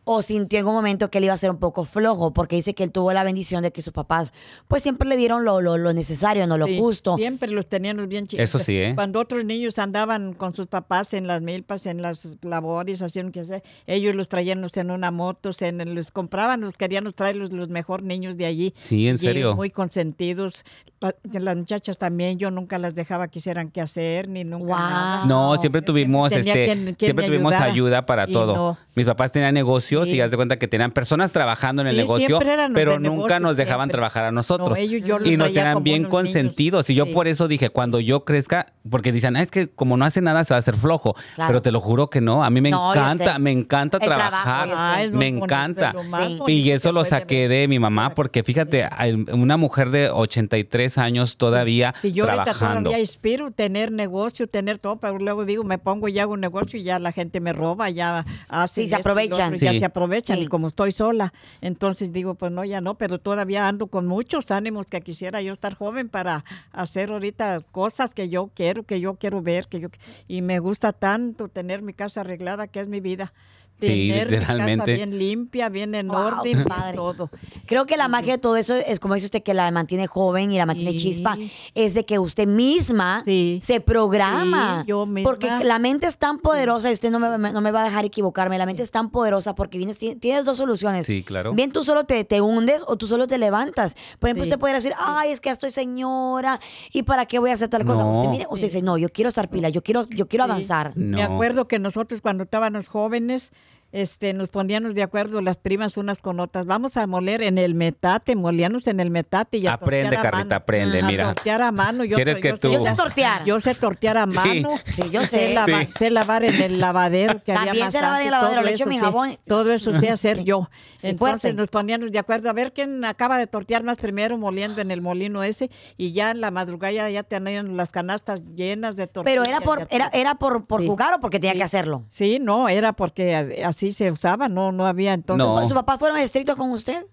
S1: o sintió en un momento que él iba a ser un poco flojo, porque dice que él tuvo la bendición de que sus papás, pues siempre le dieron lo, lo- lo necesario, no lo
S3: Sí,
S1: justo.
S3: Siempre los teníamos bien chiquitos.
S2: Eso sí, ¿eh?
S3: Cuando otros niños andaban con sus papás en las milpas, en las labores, haciendo que sea, ellos los traían no sé, en una moto, se- en- les compraban, los querían los traer los, los mejor niños de allí.
S2: Sí, en
S3: Y
S2: serio.
S3: Muy consentidos. La- las muchachas también, yo nunca las dejaba que hicieran qué hacer, ni nunca
S1: Wow.
S3: nada.
S2: No,
S1: No,
S2: siempre
S3: es que
S2: tuvimos,
S3: tenía
S2: este,
S3: quien- quien
S2: siempre
S3: me
S2: tuvimos
S3: ayudara.
S2: ayuda para
S3: Y
S2: todo.
S3: no.
S2: Mis papás tenían negocios y
S3: Sí.
S2: haz de cuenta que tenían personas trabajando en el
S3: Sí,
S2: negocio,
S3: siempre eran los
S2: pero
S3: de
S2: nunca
S3: negocios,
S2: nos dejaban
S3: siempre.
S2: trabajar a nosotros.
S3: No, ellos- yo los
S2: y nos
S3: traía
S2: tenían
S3: como
S2: bien
S3: unos niños.
S2: consentidos. Y yo
S3: Sí.
S2: por eso dije, cuando yo crezca, porque dicen, "Ah, es que como no hace nada se va a hacer flojo.
S1: Claro.
S2: Pero te lo juro que no. A mí me
S1: No, yo sé.
S2: encanta, me encanta
S1: El trabajo,
S2: trabajar.
S1: yo sé.
S3: Ah, es muy
S2: me
S3: bonito,
S2: encanta.
S3: lo más
S1: Sí. Y
S2: Y
S3: bonito
S2: eso
S3: que
S2: lo
S3: puede haber.
S2: saqué de mi mamá, porque fíjate, al- una mujer de 83 años todavía
S3: Si yo ahorita
S2: trabajando.
S3: todavía inspiro tener negocio, tener todo, pero luego digo, me pongo y hago un negocio y ya la gente me roba, ya hace.
S1: Sí, se aprovechan.
S3: Ya
S2: Sí.
S3: se aprovechan.
S1: Sí.
S3: Y como estoy sola, entonces digo, pues no, ya no, pero todavía ando con muchos ánimos que quisiera yo estar joven para hacer ahorita cosas que yo quiero, que yo quiero ver, que yo. Y me gusta tanto tener mi casa arreglada, que es mi vida.
S2: Sí,
S3: Tener mi casa
S2: literalmente.
S3: bien limpia, bien en
S1: Wow,
S3: orden,
S1: qué padre.
S3: todo.
S1: Creo que la magia de todo eso es, como dice usted, que la mantiene joven y la mantiene
S3: Sí.
S1: chispa, es de que usted misma
S3: Sí.
S1: se programa.
S3: Sí, yo misma.
S1: Porque la mente es tan poderosa, y usted no me, me- no me va a dejar equivocarme, la mente es tan poderosa porque vienes, ti- tienes dos soluciones.
S2: Sí, claro.
S1: Bien tú solo te, te hundes o tú solo te levantas. Por ejemplo,
S3: Sí.
S1: usted podría decir, ay, es que ya estoy señora, ¿y para qué voy a hacer tal cosa?
S2: No.
S1: Usted, mire, usted dice, no, yo quiero estar pila, yo quiero, yo quiero
S3: Sí.
S1: avanzar.
S3: Me
S2: No.
S3: acuerdo que nosotros cuando estábamos jóvenes, este, nos poníamos de acuerdo las primas unas con otras. Vamos a moler en el metate, molíanos en el metate y a
S2: Aprende,
S3: tortear a
S2: Carlita,
S3: mano.
S2: aprende,
S3: A
S2: mira.
S3: tortear a mano. Yo,
S2: ¿Quieres
S3: to-
S2: que
S3: yo
S2: tú-
S1: Yo sé tortear.
S3: Yo sé tortear a
S2: Sí.
S3: mano.
S1: Sí, yo sé.
S3: lava-
S2: Sí.
S3: sé lavar en el lavadero que había
S1: También
S3: más
S1: sé lavar en el
S3: antes,
S1: lavadero,
S3: todo
S1: le echo
S3: eso
S1: mi
S3: sé-
S1: jabón.
S3: Todo eso sé hacer yo.
S1: Sí,
S3: Entonces
S1: fuerte.
S3: nos poníamos de acuerdo a ver quién acaba de tortear más primero moliendo en el molino ese y ya en la madrugada ya, ya tenían las canastas llenas de tortillas.
S1: Pero era
S3: de
S1: por, era, era por, por
S3: Sí.
S1: jugar o porque tenía
S3: Sí.
S1: que hacerlo.
S3: Sí, no, era porque a- así se usaba, no, no había entonces.
S2: No.
S1: ¿Sus papás fueron estrictos con usted?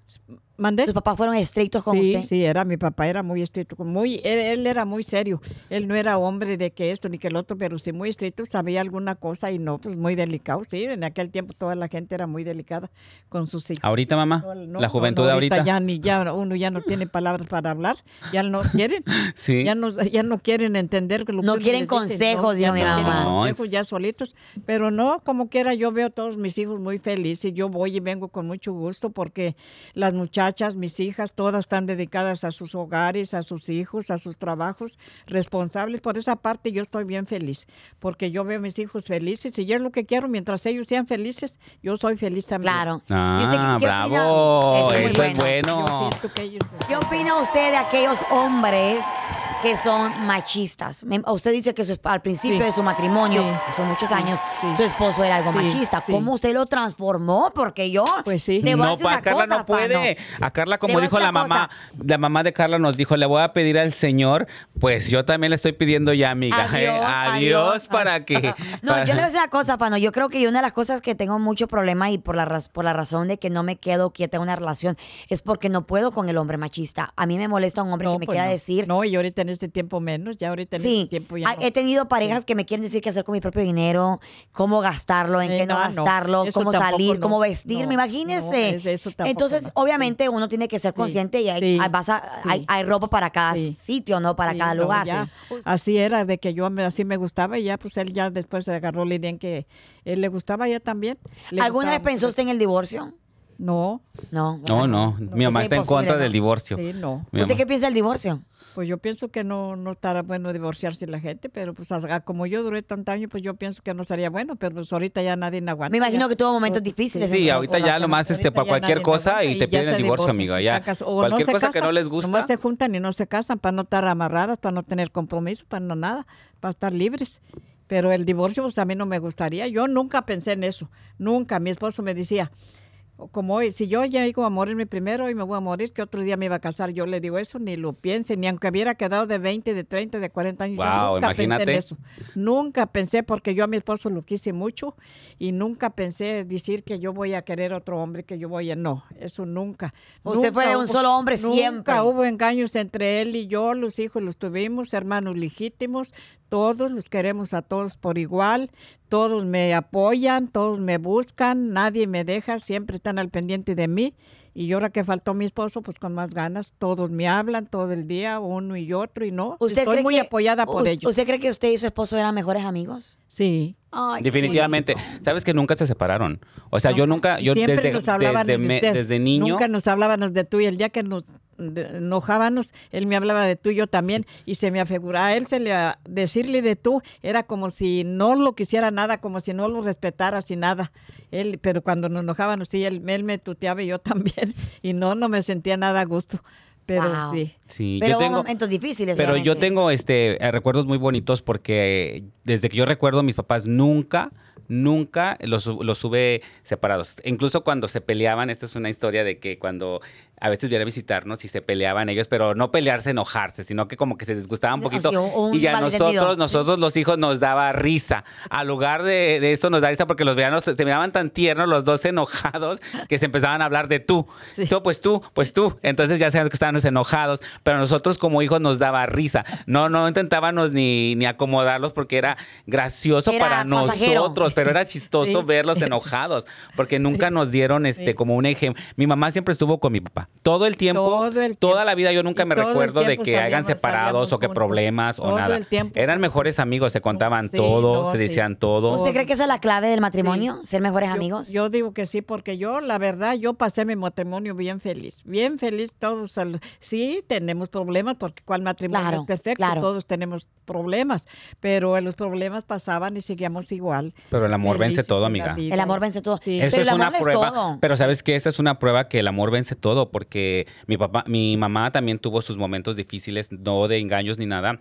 S3: ¿Mandé?
S1: ¿Sus papás fueron estrictos con
S3: sí,
S1: usted?
S3: sí, era mi papá, era muy estricto, muy, él, él era muy serio, él no era hombre de que esto ni que el otro, pero sí muy estricto, sabía alguna cosa y no, pues muy delicado, sí, en aquel tiempo toda la gente era muy delicada con sus hijos.
S2: Ahorita, mamá,
S3: No, no,
S2: Ah, la
S3: no,
S2: juventud
S3: no,
S2: de ahorita.
S3: ya ni ya uno ya no tiene palabras para hablar, ya no quieren,
S2: Sí.
S3: ya no ya no quieren entender que lo
S1: No
S3: que uno
S1: quieren
S3: les
S1: consejos,
S3: ya
S1: dijo mi
S3: quieren
S2: mamá. No,
S3: consejos
S2: es-
S3: ya solitos, pero no como quiera yo veo a todos mis hijos muy felices, yo voy y vengo con mucho gusto porque las muchachas, mis hijas, todas están dedicadas a sus hogares, a sus hijos, a sus trabajos responsables, por esa parte yo estoy bien feliz, porque yo veo a mis hijos felices y yo es lo que quiero, mientras ellos sean felices, yo soy feliz también.
S1: Claro. ¿Y usted
S2: Ah,
S1: qué- qué opina?
S2: bravo.
S1: Eso es muy
S2: Eso es
S3: Yo
S2: bueno.
S3: siento que ellos
S1: ¿Qué opina usted de aquellos hombres que son machistas? Me- Usted dice que su esp- al principio
S3: Sí.
S1: de su matrimonio,
S3: Sí.
S1: hace muchos
S3: Sí,
S1: años,
S3: sí.
S1: su esposo era algo
S3: Sí,
S1: machista.
S3: sí.
S1: ¿Cómo usted lo transformó? Porque yo
S3: Pues sí.
S1: le voy a
S2: No,
S1: decir una
S2: pa- Carla
S1: cosa,
S2: no puede. A Carla,
S1: Le
S2: como
S1: voy a
S2: dijo
S1: decir
S2: la
S1: una
S2: mamá, la mamá de Carla nos dijo, le voy a pedir al Señor, pues yo también le estoy pidiendo ya, amiga.
S1: Adiós,
S2: Eh,
S1: adiós.
S2: adiós para que...
S1: No,
S2: para-
S1: yo le voy a decir una cosa, Fano. Yo creo que yo una de las cosas que tengo mucho problema y por la, raz- por la razón de que no me quedo quieta en una relación es porque no puedo con el hombre machista. A mí me molesta un hombre
S3: No,
S1: que me
S3: pues
S1: quiera
S3: no.
S1: decir
S3: No, y ahorita en este tiempo menos, ya ahorita en
S1: Sí,
S3: este tiempo ya
S1: Ah,
S3: no.
S1: he tenido parejas que me quieren decir qué hacer con mi propio dinero, cómo gastarlo, en
S3: Eh,
S1: qué no,
S3: no, no.
S1: gastarlo,
S3: Eso
S1: cómo
S3: tampoco
S1: salir,
S3: no.
S1: cómo vestirme,
S3: No,
S1: imagínense.
S3: no, es- eso tampoco
S1: Entonces,
S3: no.
S1: obviamente uno tiene que ser consciente y hay,
S3: Sí,
S1: hay- vas a-
S3: sí.
S1: hay, hay ropa para cada
S3: Sí.
S1: sitio, ¿no? Para
S3: Sí,
S1: cada
S3: no,
S1: lugar.
S3: ya.
S1: Sí.
S3: Así era, de que yo me- así me gustaba y ya pues él ya después se agarró la idea en que él le gustaba ya también. Le
S1: ¿Alguna vez
S3: gustaba
S1: pensó
S3: mucho.
S1: usted en el divorcio?
S3: No,
S1: No.
S2: No,
S1: ¿verdad?
S2: no. Mi
S1: Eso
S2: mamá
S1: es
S2: está en
S1: imposible,
S2: contra
S1: ¿no?
S2: del divorcio.
S3: sí, no.
S2: Mi
S1: ¿Usted
S2: mamá.
S1: qué piensa del divorcio?
S3: Pues yo pienso que no, no estará bueno divorciarse la gente, pero pues as- como yo duré tanto año, pues yo pienso que no estaría bueno, pero pues ahorita ya nadie aguanta.
S1: Me imagino
S3: ya.
S1: que tuvo momentos difíciles. en
S2: Sí,
S1: su
S2: ahorita ya lo
S1: relación.
S2: más este,
S3: Ahorita
S2: para
S3: ya
S2: cualquier
S3: nadie
S2: cosa
S3: aguanta
S2: y te
S3: ya
S2: piden el
S3: se
S2: divorcio,
S3: divorcian,
S2: amiga.
S3: si
S2: Ya.
S3: sacas- o no
S2: Cualquier
S3: se
S2: cosa que
S3: casan,
S2: no les gusta.
S3: Nomás se juntan y no se casan para no estar amarradas, para no tener compromiso, para no nada, para estar libres. Pero el divorcio, pues a mí no me gustaría. Yo nunca pensé en eso, nunca. Mi esposo me decía, o como hoy, si yo ya iba a morirme primero y me voy a morir, que otro día me iba a casar. Yo le digo eso, ni lo piense, ni aunque hubiera quedado de 20, de 30, de 40 años. yo
S2: Wow,
S3: nunca pensé
S2: imagínate.
S3: en eso. Nunca pensé, porque yo a mi esposo lo quise mucho y nunca pensé decir que yo voy a querer otro hombre, que yo voy a. No, eso nunca.
S1: Usted
S3: Nunca
S1: fue de un
S3: hubo-
S1: solo hombre siempre.
S3: Nunca hubo engaños entre él y yo, los hijos los tuvimos, hermanos legítimos, todos los queremos a todos por igual, todos me apoyan, todos me buscan, nadie me deja, siempre están al pendiente de mí. Y ahora que faltó mi esposo, pues con más ganas, todos me hablan todo el día, uno y otro, y no, estoy
S1: cree
S3: muy
S1: que-
S3: apoyada por
S1: u-
S3: ellos.
S1: ¿Usted cree que usted y su esposo eran mejores amigos?
S3: sí.
S1: Ay, qué
S2: Definitivamente. Sabes que nunca se separaron. O sea, yo nunca, yo
S3: Siempre
S2: desde,
S3: nos hablábamos
S2: desde,
S3: de
S2: me-
S3: usted.
S2: desde niño.
S3: Nunca nos hablábamos de tú y el día que nos de- enojábamos, él me hablaba de tú y yo también y se me afiguraba, a él se le, a- decirle de tú era como si no lo quisiera nada, como si no lo respetara sin nada. Él, pero cuando nos enojábamos, sí, él, él me tuteaba y yo también y no, no me sentía nada a gusto, pero
S1: Wow.
S3: sí.
S2: Sí,
S1: Pero
S2: yo
S1: hubo
S2: tengo,
S1: momentos difíciles.
S2: Pero yo
S1: obviamente.
S2: tengo este eh, recuerdos muy bonitos porque eh, desde que yo recuerdo mis papás nunca nunca los, los tuve separados. Incluso cuando se peleaban, esta es una historia de que cuando a veces viera a visitarnos y se peleaban ellos, pero no pelearse, enojarse, sino que como que se disgustaban un
S1: O
S2: poquito
S1: sea, un
S2: y a
S1: malentendido.
S2: nosotros, nosotros los hijos nos daba risa. Al lugar de, de esto nos da risa porque los veíamos, se miraban tan tiernos los dos enojados que se empezaban a hablar de tú.
S3: Sí.
S2: Tú, pues tú, pues tú. Entonces ya sabíamos que estábamos enojados, pero nosotros como hijos nos daba risa. No, no intentábamos ni, ni acomodarlos porque era gracioso
S1: Era
S2: para
S1: pasajero.
S2: nosotros, pero era chistoso
S3: Sí.
S2: verlos enojados porque nunca nos dieron este
S3: Sí.
S2: como un ejemplo. Mi mamá siempre estuvo con mi papá. Todo el tiempo,
S3: Todo el
S2: toda
S3: tiempo.
S2: la vida yo nunca
S3: Y
S2: me
S3: todo el
S2: recuerdo de
S3: tiempo
S2: que hayan
S3: salíamos-
S2: separados
S3: salíamos
S2: o que
S3: juntos.
S2: problemas o
S3: Todo
S2: nada.
S3: el tiempo.
S2: Eran mejores amigos, se contaban
S3: Sí,
S2: todo,
S3: no,
S2: se
S3: sí. Pues,
S2: decían todo.
S1: ¿Usted cree que esa es la clave del matrimonio? ¿Ser mejores
S3: Yo-
S1: amigos?
S3: Yo digo que sí, porque yo, la verdad, yo pasé mi matrimonio bien feliz, bien feliz todos. al- sí, tenemos problemas, porque cuál matrimonio
S1: Claro,
S3: es perfecto,
S1: claro.
S3: todos tenemos problemas, pero los problemas pasaban y seguíamos igual.
S2: Pero el amor vence
S3: felices
S2: todo,
S3: con
S2: amiga.
S3: la vida.
S1: el amor vence todo.
S3: Sí.
S1: Pero
S2: Eso
S1: el
S2: es
S1: amor
S2: una
S1: no es
S2: prueba,
S1: todo.
S2: pero sabes que esa es una prueba que el amor vence todo, porque mi papá, mi mamá también tuvo sus momentos difíciles, no de engaños ni nada.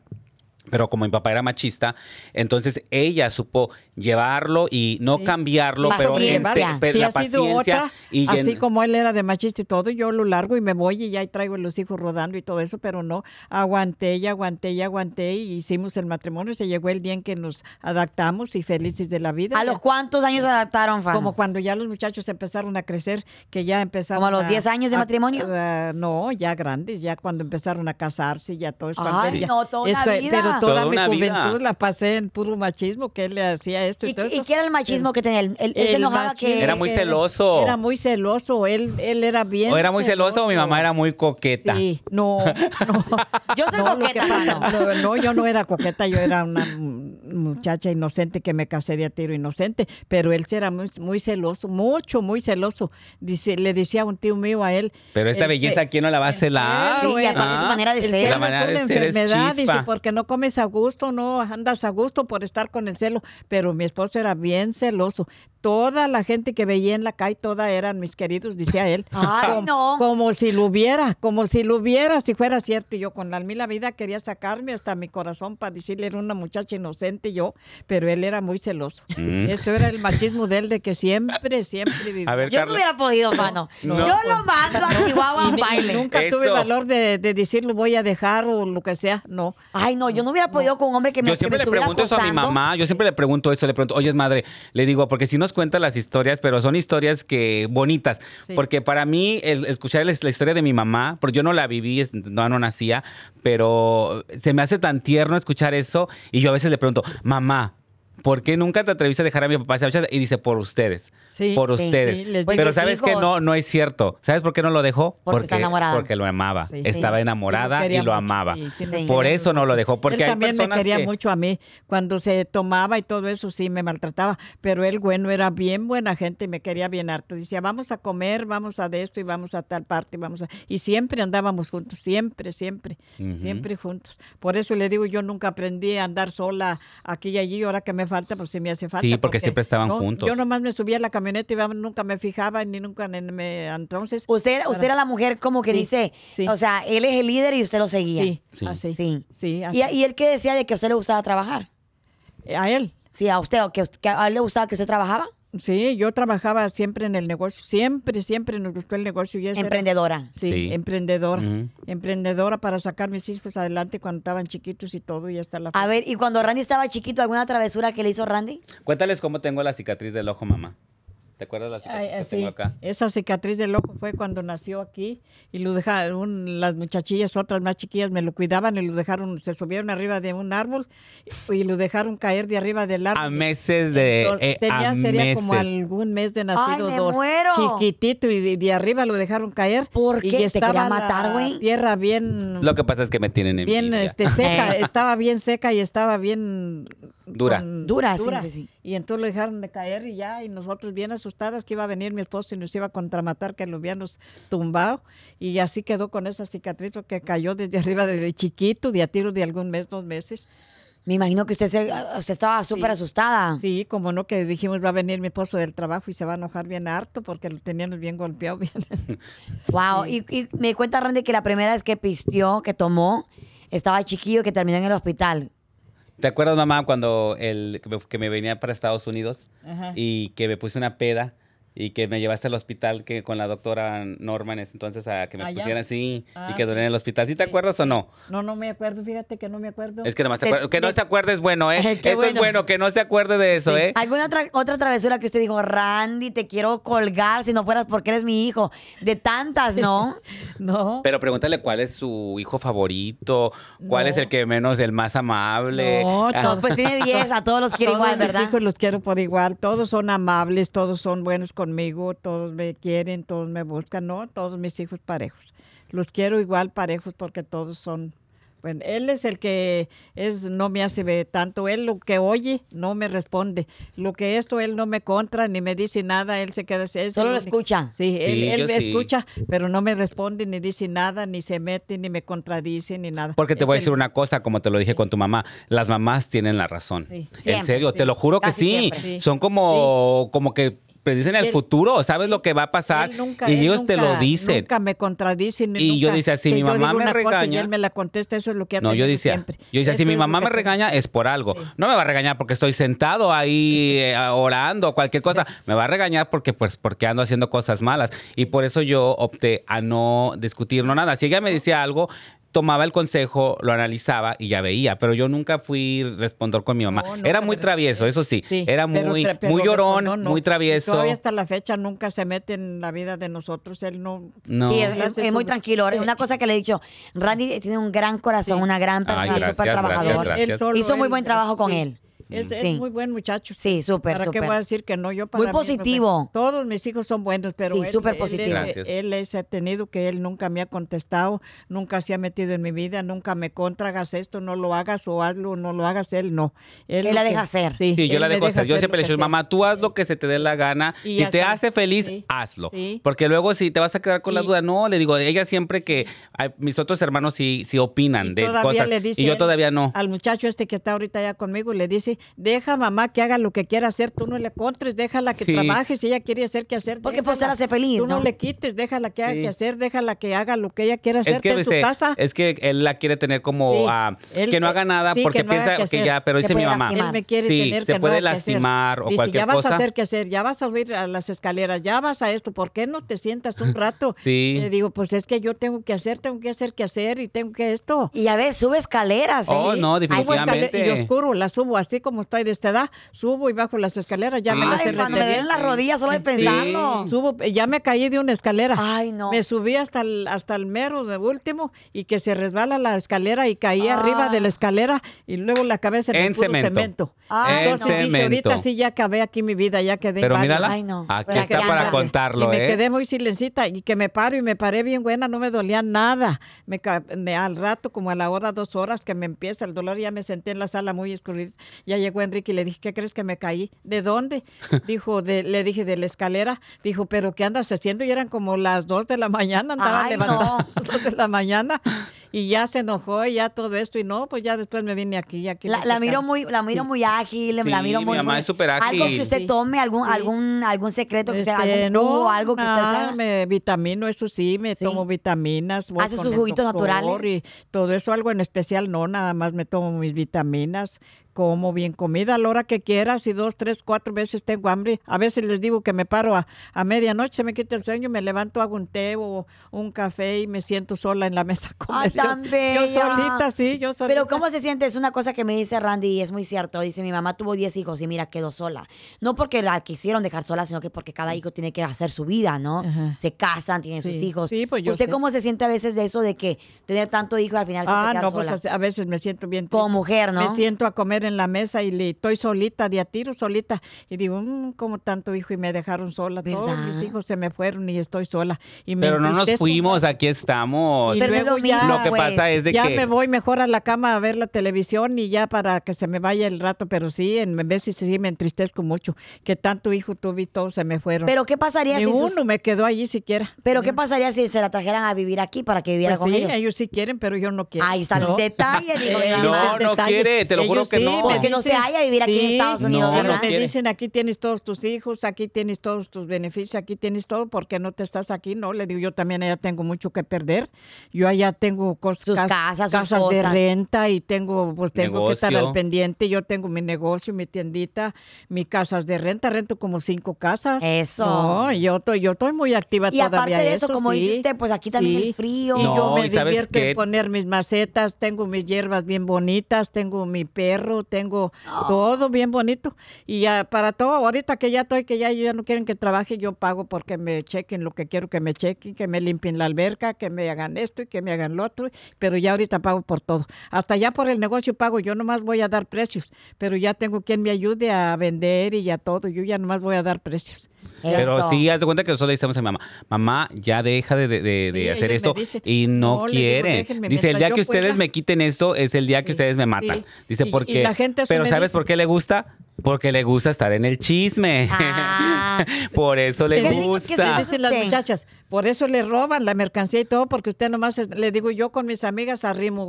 S2: Pero como mi papá era machista, entonces ella supo llevarlo y no
S3: Sí.
S2: cambiarlo,
S1: Sí,
S2: pero, en
S1: paciencia.
S2: se- pero
S3: Sí,
S2: la
S3: ha sido
S2: paciencia
S3: otra,
S2: y en-
S3: así como él era de machista y todo, yo lo largo y me voy y ya traigo a los hijos rodando y todo eso, pero no, aguanté y aguanté y aguanté y hicimos el matrimonio, se llegó el día en que nos adaptamos y felices de la vida.
S1: ¿A
S3: Ya-
S1: los cuántos años se adaptaron, Fan?
S3: Como cuando ya los muchachos empezaron a crecer, que ya empezaron.
S1: ¿Como a los 10 años de
S3: a-
S1: matrimonio?
S3: a- no, ya grandes, ya cuando empezaron a casarse, ya todo es cuando
S1: Ay,
S3: ella-
S1: no, toda una
S3: fue-
S1: vida.
S3: Pero toda,
S2: Toda
S3: mi
S2: una vida.
S3: juventud la pasé en puro machismo, que él le hacía esto y,
S1: ¿Y,
S3: todo
S1: y
S3: eso.
S1: qué era el machismo que tenía? Él, él- él se
S3: El
S1: enojaba
S3: machismo
S1: que...
S2: Era muy celoso.
S3: Era muy celoso, él, él era bien.
S2: o era muy celoso o mi mamá era muy coqueta.
S3: Sí, no, no.
S1: Yo soy
S3: No, lo que
S1: coqueta,
S3: pasa-
S1: mano.
S3: no, no, yo no era coqueta, yo era una mm, muchacha inocente que me casé de a tiro inocente, pero él sí era muy, muy celoso, mucho, muy celoso. Dice, le decía un tío mío a él.
S2: Pero esta
S3: el ce-
S2: belleza, ¿quién no la va a celar? Ah.
S1: Sí, y aparte su manera de
S2: el
S1: ser.
S2: celo
S1: La
S2: es manera de
S3: es una
S2: ser es
S3: enfermedad, dice,
S2: chispa.
S3: porque no comes a gusto, no andas a gusto por estar con el celo. Pero mi esposo era bien celoso. Toda la gente que veía en la calle, toda eran mis queridos, decía él.
S1: Ay,
S3: como,
S1: Ah, no.
S3: como si lo hubiera, como si lo hubiera, si fuera cierto. Y yo con la mil la vida quería sacarme hasta mi corazón para decirle, era una muchacha inocente yo, pero él era muy celoso.
S2: Mm.
S3: Eso era el machismo de él, de que siempre, siempre vivía.
S2: A ver,
S1: Yo no
S2: Carla.
S1: hubiera podido, mano.
S2: No.
S1: Yo lo mando a Chihuahua a un
S3: Y- y
S1: baile.
S3: nunca tuve
S2: Eso.
S3: valor de, de decir lo voy a dejar o lo que sea, no.
S1: Ay, no, yo no hubiera podido con un hombre que me,
S2: yo
S1: que me
S2: siempre le
S1: estuviera
S2: pregunto eso a mi
S1: acosando.
S2: mamá, yo siempre le pregunto eso, le pregunto, oye madre, le digo, porque si nos nos cuenta las historias, pero son historias que bonitas.
S3: Sí.
S2: Porque para mí, el, escuchar la, la historia de mi mamá, porque yo no la viví, es- no, no nacía, pero se me hace tan tierno escuchar eso. Y yo a veces le pregunto, mamá. ¿Por qué nunca te atreviste a dejar a mi papá? Y dice, por ustedes.
S3: Sí,
S2: por
S1: sí,
S2: ustedes.
S3: sí, les
S2: Pero
S1: digo.
S2: sabes que
S1: Hijos.
S2: no, no es cierto. ¿Sabes por qué no lo dejó?
S1: Porque está enamorada.
S2: Porque lo amaba.
S3: Sí.
S2: Estaba
S1: Sí.
S2: enamorada y
S3: quería
S2: lo
S3: mucho,
S2: amaba.
S3: sí, sí,
S1: Sí.
S3: nos quería
S2: Por
S3: mucho.
S2: eso no lo dejó. Porque
S3: él
S2: hay
S3: también me
S2: personas
S3: quería
S2: que-
S3: mucho a mí. Cuando se tomaba y todo eso, sí, me maltrataba. Pero él, bueno, era bien buena gente y me quería bien harto. Decía, vamos a comer, vamos a de esto y vamos a tal parte. y vamos a... Y siempre andábamos juntos, siempre, siempre,
S2: Ujú.
S3: siempre juntos. Por eso le digo, yo nunca aprendí a andar sola aquí y allí. Ahora que me falta, pues sí me hace falta.
S2: Sí, porque siempre estaban
S3: no,
S2: juntos.
S3: Yo nomás me subía a la camioneta y vamos, nunca me fijaba ni nunca en- me... Entonces,
S1: Usted, usted era la mujer como que
S3: Sí,
S1: dice,
S3: sí.
S1: o sea, él es el líder y usted lo seguía.
S3: sí,
S2: Sí.
S3: así.
S1: Sí.
S3: Sí, así.
S1: ¿Y, y él que decía de que a usted le gustaba trabajar?
S3: A él.
S1: Sí, a usted, o que, que a él le gustaba que usted trabajaba.
S3: Sí, yo trabajaba siempre en el negocio, siempre, siempre nos gustó el negocio. Y esa era-
S1: Emprendedora.
S3: sí,
S2: Sí.
S3: emprendedora.
S2: Ujú.
S3: Emprendedora para sacar mis hijos adelante cuando estaban chiquitos y todo, y hasta la
S1: A
S3: fecha.
S1: ver, y cuando Randy estaba chiquito, ¿alguna travesura que le hizo Randy?
S2: Cuéntales cómo tengo la cicatriz del ojo, mamá. ¿Te acuerdas la cicatriz
S3: Ay,
S2: que
S3: así,
S2: tengo acá?
S3: Esa cicatriz del ojo fue cuando nació aquí y lo dejaron, las muchachillas, otras más chiquillas, me lo cuidaban y lo dejaron, se subieron arriba de un árbol y lo dejaron caer de arriba del árbol.
S2: A meses de.
S3: Entonces,
S2: eh,
S3: tenía,
S2: a
S3: sería
S2: meses.
S3: como algún mes de nacido,
S1: me
S3: dos.
S1: muero!
S3: Chiquitito y de, de arriba lo dejaron caer.
S1: ¿Por
S3: y
S1: qué? ¿Te
S3: estaba
S1: quería
S3: la
S1: matar, güey?
S3: Tierra bien,
S2: Lo que pasa es que me tienen envidia.
S3: bien este, seca, estaba bien seca y estaba bien
S2: Dura.
S3: con-
S1: Dura, sí, sí, sí.
S3: Y entonces lo dejaron de caer y ya, y nosotros bien asustadas que iba a venir mi esposo y nos iba a contramatar, que lo habíamos tumbado. Y así quedó con esa cicatriz que cayó desde arriba desde chiquito, de a tiro de algún mes, dos meses.
S1: Me imagino que usted, se, usted estaba súper asustada.
S3: Sí, como no, que dijimos va a venir mi esposo del trabajo y se va a enojar bien harto porque lo teníamos bien golpeado. Bien.
S1: Wow. Y, y me cuenta Randy que la primera vez que pistió, que tomó, estaba chiquillo y que terminó en el hospital.
S2: ¿Te acuerdas, mamá, cuando el, que, me, que me venía para Estados Unidos
S3: Ajá.
S2: y que me puse una peda y que me llevaste al hospital que con la doctora Norman en ese entonces a que me
S3: Allá.
S2: pusieran así
S3: Ah,
S2: y que duré en el hospital? ¿Sí, te
S3: Sí,
S2: acuerdas o no?
S3: No, no me acuerdo, fíjate que no Eh, me acuerdo.
S2: Es que nomás te
S1: Te-
S2: acuerdas. Que no
S1: te-
S2: se acuerde es bueno, ¿eh?
S1: Qué
S2: Eso es
S1: bueno.
S2: bueno, que no se acuerde de eso, ¿eh?
S1: ¿Alguna otra, otra travesura que usted dijo, Randy, te quiero colgar si no fueras porque eres mi hijo? De tantas, ¿no?
S3: No.
S2: Pero pregúntale cuál es su hijo favorito, cuál
S3: No.
S2: es el que menos, el más amable.
S3: No,
S2: Ah,
S1: No, pues tiene 10, a todos los quiere
S3: todos
S1: igual,
S3: mis
S1: ¿verdad?
S3: hijos los quiero por igual, todos son amables, todos son buenos conmigo, todos me quieren, todos me buscan, no, todos mis hijos parejos. Los quiero igual parejos porque todos son bueno, él es el que es no me hace ver tanto, él lo que oye no me responde, lo que esto él no me contra ni me dice nada, él se queda es el
S1: Solo lo
S3: único-
S1: escucha.
S3: Sí, él,
S2: Sí,
S3: él
S2: yo
S3: me
S2: sí.
S3: escucha, pero no me responde ni dice nada, ni se mete ni me contradice ni nada.
S2: Porque te
S3: Es
S2: voy a
S3: el-
S2: decir una cosa, como te lo dije con tu mamá, las mamás tienen la razón.
S3: Sí.
S2: en
S1: Siempre,
S2: serio,
S1: sí.
S2: te lo juro que
S1: Casi
S2: sí.
S1: siempre.
S3: Sí.
S2: Son como, como que predicen el
S3: Él-
S2: futuro, sabes lo que va a pasar
S3: Él nunca-
S2: y
S3: él
S2: ellos te lo
S3: nunca-
S2: dicen.
S3: Nunca me contradicen.
S2: Y yo
S3: nunca-
S2: dice así,
S3: que
S2: mi
S3: yo
S2: mamá
S3: digo
S2: me
S3: una cosa y
S2: regaña.
S3: él me la contesta, eso es lo que ha
S2: No, yo
S3: tenido
S2: decía,
S3: siempre.
S2: yo decía, si
S3: Eso
S2: mi
S3: es lo
S2: mamá
S3: que
S2: me
S3: ha tenido.
S2: regaña es por algo.
S3: Sí.
S2: No me va a regañar porque estoy sentado ahí eh, orando, cualquier cosa. Me va a regañar porque, pues, porque ando haciendo cosas malas. Y por eso yo opté a no discutir, no nada. Si ella me decía algo, tomaba el consejo, lo analizaba y ya veía. Pero yo nunca fui responder con mi mamá.
S3: No, nunca
S2: era muy
S3: me-
S2: travieso, eso sí.
S3: Sí,
S2: Era
S3: pero
S2: muy,
S3: tra- pero
S2: muy llorón,
S3: no, no, no.
S2: muy
S3: Y
S2: travieso.
S3: Todavía hasta la fecha nunca se mete en la vida de nosotros. Él no.
S2: No.
S1: Sí, es, es- es muy tranquilo. Es Una cosa que le he dicho, Randy tiene un gran corazón, una gran
S2: Ay,
S1: persona,
S2: gracias,
S1: súper trabajador.
S2: gracias, gracias.
S1: Hizo muy buen trabajo con
S3: sí.
S1: él.
S3: Es, es
S1: Sí.
S3: muy buen muchacho.
S1: Sí, súper,
S3: ¿Para
S1: súper.
S3: qué voy a decir que no? Yo para
S1: Muy
S3: mí, porque
S1: positivo.
S3: Todos mis hijos son buenos, pero
S1: Sí,
S3: él-
S1: súper
S3: él
S1: positivo.
S3: es-
S2: Gracias.
S3: Él es tenido que él nunca me ha contestado, nunca se ha metido en mi vida, nunca me contra, hagas esto, no lo hagas o hazlo, no lo hagas, él no.
S1: Él
S3: lo
S1: la
S3: que-
S1: deja hacer.
S2: Sí, yo
S3: él
S2: la
S3: me
S2: dejo
S3: deja
S2: hacer. Yo
S3: hacer
S2: siempre
S3: lo
S2: le
S3: que
S2: digo,
S3: sea.
S2: mamá, tú haz lo que se te dé la gana.
S3: Y
S2: si
S3: ya
S2: te
S3: está.
S2: hace feliz,
S3: Sí.
S2: hazlo.
S3: Sí.
S2: Porque luego si te vas a quedar con la
S3: Y-
S2: duda, no, le digo, ella siempre que ay, mis otros hermanos sí, sí opinan
S3: Y
S2: de
S3: todavía
S2: cosas.
S3: le dice
S2: y yo
S3: él
S2: todavía no.
S3: Al muchacho este que está ahorita ya conmigo le dice, deja mamá que haga lo que quiera hacer, tú no le contres, déjala que
S2: Sí.
S3: trabaje, si ella quiere hacer que hacer.
S1: Porque, pues,
S3: déjala.
S1: te la hace feliz,
S3: Tú no,
S1: ¿no?
S3: le quites, déjala que haga
S2: Sí.
S3: que hacer, déjala que haga lo que ella quiera hacer
S2: Es que,
S3: en su
S2: dice-
S3: casa.
S2: es que él la quiere tener como
S3: Sí,
S2: ah,
S3: él-
S2: que no
S3: eh,
S2: haga nada
S3: sí, que
S2: porque
S3: no haga
S2: piensa
S3: que
S2: que,
S3: hacer.
S2: ya, pero
S1: Se
S2: dice mi
S1: puede
S2: mamá.
S1: lastimar.
S3: Él me quiere
S2: sí,
S3: tener
S2: se
S3: que
S2: puede
S3: no, que hacer.
S2: lastimar o
S3: Dice,
S2: cualquier
S3: ya vas
S2: cosa.
S3: a hacer que hacer, ya vas a subir a las escaleras, ya vas a esto, ¿por qué no te sientas un rato?
S2: Sí.
S3: Le digo, pues es que yo tengo que hacer, tengo que hacer que hacer y tengo que esto.
S1: Y ya ves, sube escaleras. ¿eh?
S2: Oh, no,
S1: Ay, pues,
S3: Subo escalera-
S2: definitivamente.
S3: Y de oscuro, la subo así como estoy de esta edad, subo y bajo las escaleras, ya
S2: Ah,
S3: me las
S1: Ay,
S3: sé
S1: cuando me
S3: retener.
S1: duelen las rodillas solo de
S2: Sí.
S1: pensarlo.
S3: Subo, eh, ya me caí de una escalera.
S1: Ay, no.
S3: Me subí hasta el, hasta el mero de último y que se resbala la escalera y caí arriba de la escalera y luego la cabeza en, el
S2: En
S3: puro
S2: cemento.
S1: Ay, no.
S3: Entonces dije,
S2: Cemento.
S3: ahorita sí ya acabé aquí mi vida, ya quedé
S2: Pero
S3: inválida.
S2: mírala,
S1: Ay, no.
S2: aquí
S1: Pero
S2: está
S1: aquí
S2: para
S1: anda.
S3: Y
S2: contarlo,
S3: me
S2: ¿eh?
S3: quedé muy silencita y que me paro y me paré bien buena, no me dolía nada. Me, ca- me- al rato, como a la hora, dos horas que me empieza el dolor, ya me senté en la sala muy escurrida. Ya llegó Enrique y le dije, ¿qué crees que me caí? ¿De dónde? Dijo, de, le dije, de la escalera. Dijo, ¿pero qué andas haciendo? Y eran como las dos de la mañana, andaba
S1: Ay,
S3: levantada
S1: no.
S3: a las dos de la mañana. Y ya se enojó y ya todo esto. Y no, pues ya después me vine aquí. aquí
S1: La,
S3: me
S1: la
S3: sacaron.
S1: miro muy, la miro muy ágil, la
S2: Sí,
S1: miro
S2: mi
S1: muy.
S2: mamá
S1: muy-
S2: es súper ágil.
S1: Algo que usted
S3: Sí.
S1: tome, algún,
S3: Sí.
S1: algún, algún secreto que usted,
S3: Este,
S1: algún jugo, algo que usted
S3: nada,
S1: sabe.
S3: me vitamino, eso sí, me
S1: Sí.
S3: tomo vitaminas. voy
S1: ¿Hace
S3: con
S1: sus
S3: el
S1: juguitos
S3: doctor
S1: naturales?
S3: Y todo eso, algo en especial, no, nada más me tomo mis vitaminas, como bien comida a la hora que quieras y dos, tres, cuatro veces tengo hambre. A veces les digo que me paro a, a medianoche, se me quita el sueño, me levanto, hago un té o un café y me siento sola en la mesa a comer.
S1: Ay, tan
S3: yo,
S1: bella.
S3: yo solita, sí, yo solita.
S1: Pero ¿cómo se siente? Es una cosa que me dice Randy y es muy cierto. Dice, mi mamá tuvo 10 hijos y mira, quedó sola. No porque la quisieron dejar sola, sino que porque cada hijo tiene que hacer su vida, ¿no?
S3: Ajá.
S1: Se casan, tienen sus
S3: Sí.
S1: hijos.
S3: Sí, pues yo
S1: ¿Usted
S3: sé.
S1: cómo se siente a veces de eso de que tener tanto hijo y al final se
S3: Ah,
S1: queda
S3: no,
S1: sola?
S3: pues a a veces me siento bien
S1: Como
S3: triste.
S1: mujer, ¿no?
S3: Me siento a comer en la mesa y le, estoy solita, de a tiro solita. Y digo, mmm, como tanto hijo y me dejaron sola. Todos
S1: ¿Verdad?
S3: mis hijos se me fueron y estoy sola. Y me
S2: Pero no nos
S3: entristezco.
S2: fuimos, aquí estamos.
S3: Y
S1: Pero no es
S3: luego
S1: lo mismo, pues.
S3: ya-
S2: Lo que
S1: güey.
S2: pasa es de
S3: ya
S2: que
S3: me voy mejor a la cama a ver la televisión y ya para que se me vaya el rato. Pero sí, en en veces sí me entristezco mucho que tanto hijo tuve y todos se me fueron.
S1: Pero ¿qué pasaría
S3: Ni
S1: si sus-
S3: uno me quedó allí siquiera.
S1: Pero ¿qué pasaría si se la trajeran a vivir aquí para que viviera
S3: Pues
S1: con
S3: sí,
S1: ellos?
S3: sí quieren, pero yo no quiero.
S1: Ahí está el detalle, digo,
S3: Eh,
S1: mi mamá.
S2: No, no
S3: detalle.
S2: quiere, te lo juro
S3: Ellos
S2: que
S3: sí
S2: no.
S3: me
S1: Porque no se
S3: dicen-
S1: halla vivir aquí en
S3: Sí,
S1: Estados Unidos,
S2: No, no
S1: ¿verdad?
S3: me
S2: quiere.
S3: dicen aquí tienes todos tus hijos, aquí tienes todos tus beneficios, aquí tienes todo, porque no te estás aquí, no, le digo yo también allá tengo mucho que perder, yo allá tengo cosas,
S1: Sus casas, sus
S3: de
S1: cosas.
S3: renta y tengo, pues tengo que estar
S2: Negocio.
S3: al pendiente, yo tengo mi negocio, mi tiendita, mis casas de renta, rento como cinco casas.
S1: Eso.
S3: No, yo estoy, yo estoy muy activa
S1: Y aparte
S3: todavía,
S1: de eso, como dice
S3: sí,
S1: usted, pues aquí también
S3: sí.
S1: el frío.
S3: Y yo
S2: No,
S3: me
S2: y ¿sabes
S3: divierto en
S2: qué?
S3: poner mis macetas, tengo mis hierbas bien bonitas, tengo mi perro, tengo todo bien bonito. Y ya para todo, ahorita que ya estoy, que ya, ya no quieren que trabaje, yo pago porque me chequen lo que quiero que me chequen, que me limpien la alberca, que me hagan esto y que me hagan lo otro. Pero ya ahorita pago por todo. Hasta ya por el negocio pago, yo nomás voy a dar precios, pero ya tengo quien me ayude a vender y a todo. Yo ya nomás voy a dar precios.
S1: Eso.
S2: Pero sí, haz de cuenta que nosotros le decimos a mi mamá, mamá, ya deja de, de- de- de
S3: Sí,
S2: hacer
S3: ella
S2: esto.
S3: me dice,
S2: y no,
S3: "No, le digo,
S2: quiere.
S3: "Déjenme,
S2: dice, el
S3: mientras
S2: día
S3: yo
S2: que ustedes
S3: pueda".
S2: me quiten esto, es el día que
S3: Sí,
S2: ustedes me matan.
S3: sí.
S2: Dice,
S3: Y- y
S2: porque...
S3: la gente eso
S2: pero
S3: me
S2: ¿sabes
S3: dice.
S2: por qué le gusta? Porque le gusta estar en el chisme.
S1: Ah.
S2: por eso le
S1: ¿Qué dices- qué
S2: gusta.
S1: dices?
S3: Dicen las
S1: usted.
S3: muchachas, por eso le roban la mercancía y todo, porque usted nomás, es- le digo yo con mis amigas arrimo,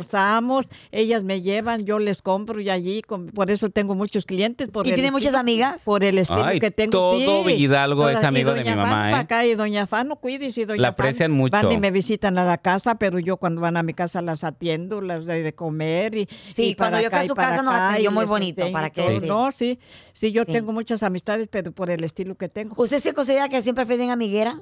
S3: almorzamos, ellas me llevan, yo les compro y allí, con- por eso tengo muchos clientes. Por
S1: ¿Y
S3: el
S1: tiene
S3: estilo-
S1: muchas amigas?
S3: Por el estilo
S2: Ay,
S3: que tengo.
S2: todo
S3: sí.
S2: Villidalgo es
S3: Todas- y
S2: amigo de
S3: doña
S2: mi
S3: Fan
S2: mamá,
S3: pa'
S2: ¿eh?
S3: acá, y doña Fan, no cuides, y doña
S2: La
S3: Fan
S2: aprecian mucho.
S3: Van y me visitan a la casa, pero yo cuando van a mi casa las atiendo, las doy de comer y
S1: Sí,
S3: y para
S1: cuando yo fui a
S3: acá y
S1: su
S3: para
S1: casa nos
S3: acá,
S1: atendió
S3: y
S1: muy
S3: les
S1: bonito,
S3: enseño
S1: ¿para qué
S3: todo.
S1: decir?
S3: No, sí, sí, yo
S1: Sí.
S3: tengo muchas amistades, pero por el estilo que tengo.
S1: ¿Usted se considera que siempre fue bien amiguera?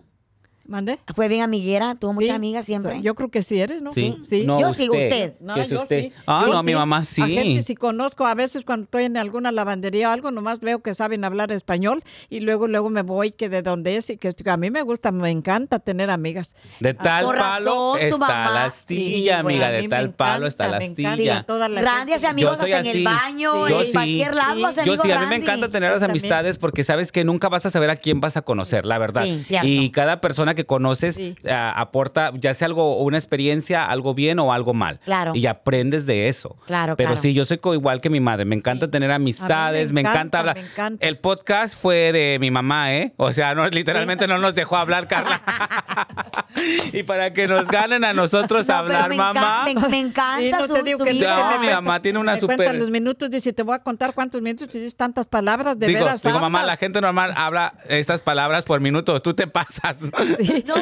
S3: ¿Mandé?
S1: ¿Fue bien amiguera? ¿Tuvo
S3: Sí,
S1: muchas amigas siempre?
S3: so- Yo creo que sí eres, ¿no?
S2: Sí.
S1: No. Yo sí, usted.
S3: No,
S2: ¿Qué es
S3: yo
S2: usted?
S3: sí.
S2: Ah,
S3: Yo
S2: no, mi
S3: sí.
S2: mamá
S3: A gente
S2: sí.
S3: sí conozco. A veces cuando estoy en alguna lavandería o algo, nomás veo que saben hablar español y luego, luego me voy que de dónde es y que a mí me gusta, me encanta tener amigas.
S2: De tal
S1: Con
S2: palo
S1: razón, tu
S2: está
S1: mamá.
S2: la
S1: Sí,
S2: astilla,
S1: bueno,
S2: amiga.
S1: a
S2: De
S3: mí me
S2: tal palo está la
S3: encanta, me encanta
S2: astilla.
S3: toda la
S1: Randy
S3: gente.
S1: hace amigos
S2: Yo soy
S1: hasta en el
S2: así.
S1: baño,
S2: Yo
S1: en
S2: sí.
S1: cualquier lado
S3: Sí.
S1: hace
S2: Yo
S1: amigos
S2: sí, a mí me
S1: Randy.
S2: encanta tener las
S3: Yo también.
S2: amistades porque sabes que nunca vas a saber a quién vas a conocer, la verdad.
S1: Sí, cierto.
S2: y cada persona que conoces
S3: Sí.
S2: ah, aporta ya sea algo, una experiencia, algo bien o algo mal.
S1: Claro.
S2: Y aprendes de eso.
S1: Claro,
S2: Pero
S1: claro.
S2: sí, yo soy co- igual que mi madre. Me encanta
S3: Sí.
S2: tener amistades, me encanta,
S3: encanta,
S2: hablar.
S3: me encanta.
S2: El podcast fue de mi mamá, ¿eh? O sea, no, literalmente no nos dejó hablar, Carla. y para que nos ganen a nosotros
S1: No, pero
S2: hablar,
S1: me encan-
S2: mamá.
S1: me, me
S3: Sí,
S1: encanta
S3: no te
S1: su,
S3: digo
S1: su
S3: que
S2: no,
S1: vida.
S2: mi mamá tiene una
S3: me cuentan
S2: super-
S3: los minutos, dice, te voy a contar cuántos minutos y dices tantas palabras, de
S2: Digo,
S3: veras
S2: digo, mamá,
S3: hablas".
S2: la gente normal habla estas palabras por minuto. Tú te pasas.
S1: No,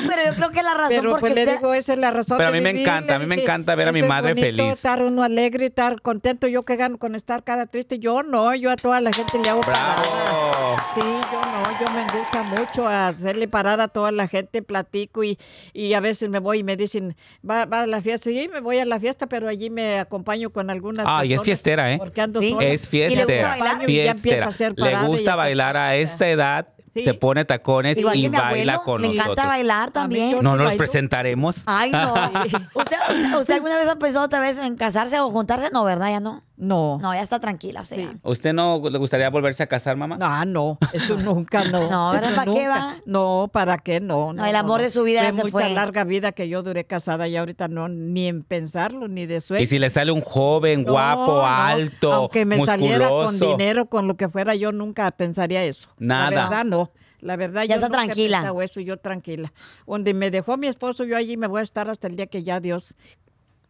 S1: pero yo creo que la razón
S3: Pero
S1: porque
S3: pues le
S1: usted-
S3: digo, esa es la razón.
S2: Pero a
S3: de
S2: mí me
S3: vivir,
S2: encanta,
S3: le
S2: a mí me
S3: dije,
S2: encanta ver a mi
S3: eso es
S2: madre
S3: bonito,
S2: feliz.
S3: Estar uno alegre, estar contento. Yo que gano con estar cara triste. Yo no, yo a toda la gente le hago
S2: ¡Bravo!
S3: palabras. Sí, yo no, yo me gusta mucho hacerle parada a toda la gente, platico y, y a veces me voy y me dicen, va, va a la fiesta, sí, me voy a la fiesta, pero allí me acompaño con algunas
S2: Ah,
S3: personas.
S2: y es fiestera, ¿eh?
S3: Porque ando
S1: Sí.
S3: sola.
S2: Es
S1: le gusta
S2: fiestera,
S1: bailar?
S3: Y ya
S2: fiestera.
S3: empiezo a hacer
S2: Le
S3: parada y
S2: gusta
S3: hacer
S2: bailar a este?
S3: cosas.
S2: esta edad,
S3: Sí.
S2: se pone tacones
S1: Igual
S2: y
S1: que mi
S2: baila
S1: abuelo,
S2: con
S1: me
S2: nosotros.
S1: encanta bailar también.
S3: yo-
S2: No nos los
S3: Bailó.
S2: presentaremos.
S3: Ah.
S1: Ay, no. ¿Usted, usted alguna vez ha pensado otra vez en casarse o juntarse? No, ¿verdad? Ya no.
S3: No, no,
S1: No, ya está tranquila, o sea.
S3: Sí.
S2: ¿Usted no le gustaría volverse a casar, mamá?
S3: ah, no, eso nunca, no.
S1: No, ¿verdad?
S3: eso
S1: ¿Para qué
S3: nunca.
S1: va?
S3: No, ¿para qué no?
S1: No, el amor de su vida
S3: Fue
S1: ya se
S3: mucha
S1: fue.
S3: larga vida que yo duré casada y ahorita no, ni en pensarlo, ni de sueño.
S2: Y si le sale un joven,
S3: No,
S2: guapo,
S3: no,
S2: alto,
S3: Aunque me saliera con
S2: musculoso.
S3: dinero, con lo que fuera, yo nunca pensaría eso.
S2: Nada.
S3: La verdad, no. La verdad,
S1: Ya
S3: yo
S1: está
S3: nunca he
S1: tranquila.
S3: pensado eso, yo tranquila. Donde me dejó mi esposo, yo allí me voy a estar hasta el día que ya Dios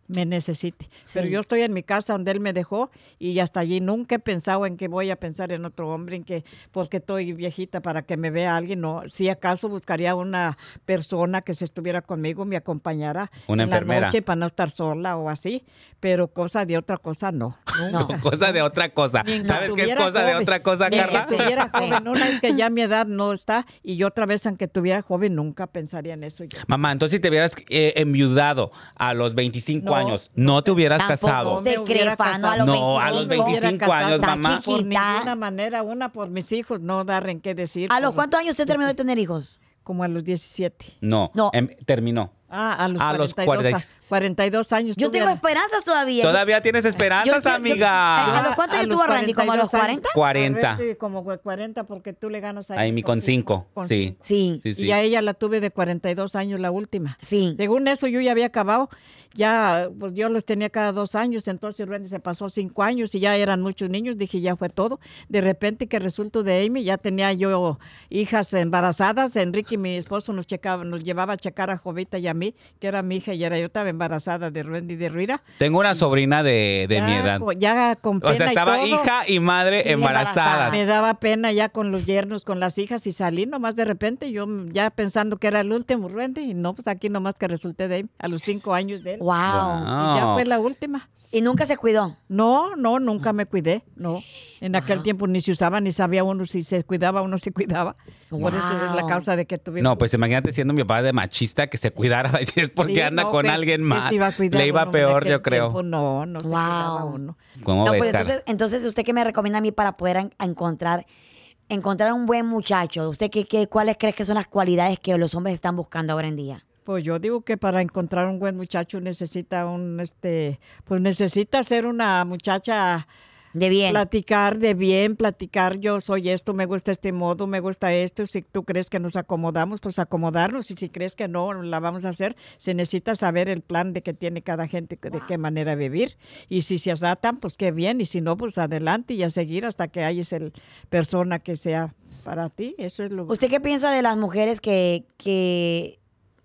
S3: me necesite. Pero
S1: Sí.
S3: yo estoy en mi casa donde él me dejó y hasta allí nunca he pensado en que voy a pensar en otro hombre, en que porque estoy viejita para que me vea alguien, no. Si acaso buscaría una persona que se estuviera conmigo, me acompañara
S2: Una
S3: en
S2: enfermera.
S3: la noche para no estar sola o así, pero cosa de otra cosa no.
S1: No.
S2: Cosa de otra cosa.
S3: Ni en que
S2: Ah, ¿Sabes qué es
S3: estuviera
S2: cosa de
S3: joven,
S2: otra cosa,
S3: ni este. en
S2: Carla?
S3: Que estuviera joven, una es que ya mi edad no está y yo otra vez aunque tuviera joven nunca pensaría en eso. yo.
S2: Mamá, entonces si te hubieras eh, enviudado a los 25
S3: No,
S2: años, no te hubieras
S1: Tampoco.
S2: casado.
S3: me
S1: Te
S3: hubiera
S1: crefano a
S3: casado.
S1: los
S2: Oh.
S1: 25.
S2: No, a los
S3: me hubiera
S2: 25
S1: casado.
S2: años, mamá.
S1: Está
S3: Por
S1: Chiquita.
S3: ninguna manera, una por mis hijos, no dar en qué decir.
S1: ¿A los
S3: por-
S1: cuántos años usted terminó de tener hijos?
S3: Como a los 17.
S2: No,
S1: No.
S2: em, terminó.
S3: Ah, a los,
S2: A los
S3: 42, a- 42 años.
S1: Yo tengo
S3: tuviera.
S1: esperanzas todavía.
S2: Todavía tienes
S1: Yo-
S2: esperanzas,
S1: yo- yo-
S2: amiga.
S1: ¿A los cuántos años
S3: los
S1: tuvo Randy? ¿Como a los
S3: 42 años.
S1: 40?
S2: 40.
S3: Randy, Como 40 porque tú le ganas a
S2: Ahí mi con cinco,
S3: con
S2: sí.
S1: Sí, sí.
S2: Sí, sí.
S3: Y a ella la tuve de 42 años, la última. Según eso, yo ya había acabado, ya, pues yo los tenía cada dos años, entonces Randy se pasó cinco años y ya eran muchos niños, dije, ya fue todo. De repente que resultó de Amy, ya tenía yo hijas embarazadas, Enrique, mi esposo, nos checaba, nos llevaba a checar a Jovita y a mí, que era mi hija y era yo estaba embarazada de Randy de Ruira.
S2: Tengo una sobrina de, de
S3: Ya
S2: mi edad.
S3: co- Ya con
S2: O
S3: pena
S2: sea,
S3: y
S2: estaba
S3: todo.
S2: hija y madre
S1: Y embarazada.
S2: embarazadas.
S3: Me daba pena ya con los yernos, con las hijas y salí nomás de repente, yo ya pensando que era el último Randy y no, pues aquí nomás que resulté de él, a los cinco años de él.
S1: Wow.
S3: Y ya
S2: Wow.
S3: fue la última.
S1: Y nunca se cuidó.
S3: No, no, nunca me cuidé, no. En aquel tiempo ni se usaba, ni sabía uno si se cuidaba o no se cuidaba. Por eso es la
S1: Wow.
S3: causa de que tuve.
S2: No, pues imagínate siendo mi papá de machista que se cuidara. y Es porque
S3: Sí,
S2: anda
S3: no,
S2: con
S3: que-
S2: alguien
S3: que
S2: más.
S3: se iba a cuidar
S2: Le iba
S3: uno en
S2: peor,
S3: aquel
S2: yo creo.
S3: tiempo, no, no se
S1: Wow.
S3: cuidaba uno.
S2: ¿Cómo
S1: No,
S2: ves,
S1: pues
S2: Carla?
S1: entonces, entonces, ¿usted qué me recomienda a mí para poder en- encontrar encontrar un buen muchacho? ¿Usted qué, qué- cuáles crees que son las cualidades que los hombres están buscando ahora en día?
S3: Pues yo digo que para encontrar un buen muchacho necesita un, este, pues necesita ser una muchacha
S1: De bien.
S3: Platicar de bien, platicar yo soy esto, me gusta este modo, me gusta esto. Si tú crees que nos acomodamos, pues acomodarnos. Y si crees que no la vamos a hacer, se necesita saber el plan de que tiene cada gente, de qué manera vivir. Y si se adaptan, pues qué bien. Y si no, pues adelante y a seguir hasta que hayas el persona que sea para ti. Eso es lo
S1: ¿Usted qué piensa de las mujeres que, que,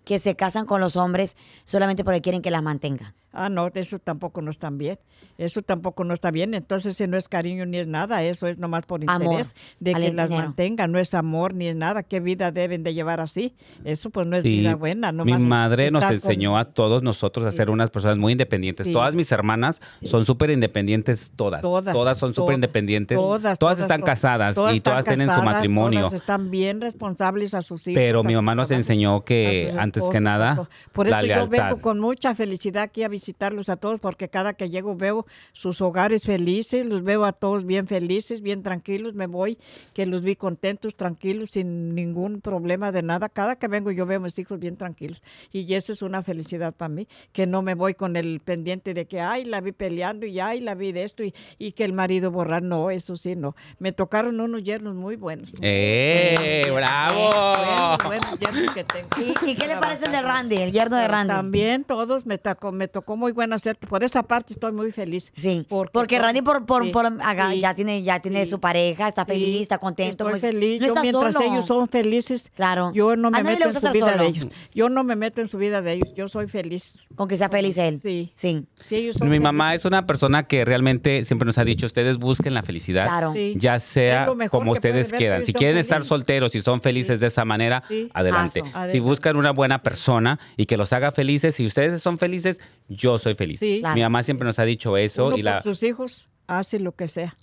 S1: que se casan con los hombres solamente porque quieren que las mantengan?
S3: Ah, no, eso tampoco no está bien. Eso tampoco no está bien. Entonces, si no es cariño ni es nada, eso es nomás por interés
S1: Amor
S3: de
S1: al
S3: que las
S1: dinero.
S3: mantenga. No es amor ni es nada. ¿Qué vida deben de llevar así? Eso pues no es
S2: Sí,
S3: vida buena.
S2: mi
S3: nomás
S2: madre nos
S3: estar
S2: enseñó
S3: con
S2: a todos nosotros a
S3: Sí.
S2: ser unas personas muy independientes.
S3: Sí.
S2: Todas mis hermanas son súper independientes, todas. Todas,
S3: Todas,
S2: son
S3: todas,
S2: súper independientes.
S3: todas,
S2: Todas,
S3: todas,
S2: están
S3: to-
S2: casadas y
S3: están
S2: todas tienen su
S3: casadas,
S2: matrimonio.
S3: Todas están bien responsables a sus hijos.
S2: Pero
S3: a
S2: mi
S3: sus
S2: mamá nos
S3: trabajos,
S2: enseñó que
S3: a sus
S2: antes que
S3: esposos, a
S2: nada,
S3: todo. Por eso
S2: la
S3: yo
S2: lealtad.
S3: vengo con mucha felicidad aquí a visitarlos a todos, porque cada que llego veo sus hogares felices, los veo a todos bien felices, bien tranquilos, me voy, que los vi contentos, tranquilos, sin ningún problema de nada. Cada que vengo yo veo a mis hijos bien tranquilos. Y eso es una felicidad para mí, que no me voy con el pendiente de que, ay, la vi peleando y ay, la vi de esto y, y que el marido borrar. No, eso sí, no. Me tocaron unos yernos muy buenos.
S2: ¡Eh! ¡Bravo!
S3: Buenos, buenos yernos que tengo.
S1: ¿Y, y qué le parece el de Randy, el yerno de
S3: Pero
S1: Randy?
S3: También todos me tocó, me tocó muy buena suerte. Por esa parte estoy muy feliz.
S1: Sí, porque,
S3: todo-
S1: Randy por, por,
S3: sí,
S1: por- haga-
S3: sí,
S1: ya tiene ya tiene
S3: sí,
S1: su pareja, está
S3: sí,
S1: feliz, está contento.
S3: Estoy
S1: pues,
S3: feliz.
S1: No
S3: Yo
S1: está
S3: mientras
S1: solo.
S3: ellos son felices,
S1: Claro.
S3: yo no
S1: A
S3: me
S1: nadie le
S3: meto en
S1: gusta
S3: su
S1: estar
S3: vida
S1: solo.
S3: de ellos. Yo no me meto en su vida de ellos. Yo soy feliz.
S1: Con que sea feliz él.
S3: Sí.
S1: Sí.
S3: Si ellos son
S2: Mi
S3: felices,
S2: mamá es una persona que realmente siempre nos ha dicho, ustedes busquen la felicidad,
S1: Claro.
S3: Sí.
S2: ya
S3: Es
S2: sea
S3: lo mejor
S2: como
S3: que puede
S2: ustedes
S3: haber,
S2: quieran.
S3: pero
S2: Si
S3: son
S2: quieren estar
S3: felices.
S2: solteros y son felices de esa manera,
S3: Sí.
S2: adelante.
S1: Paso.
S2: Si
S3: Adelante.
S2: buscan una buena persona y que los haga felices, si ustedes son felices, yo soy feliz.
S3: Sí.
S1: Claro.
S2: Mi mamá siempre nos ha dicho eso
S3: uno
S2: y la...
S3: por sus hijos hace lo que sea.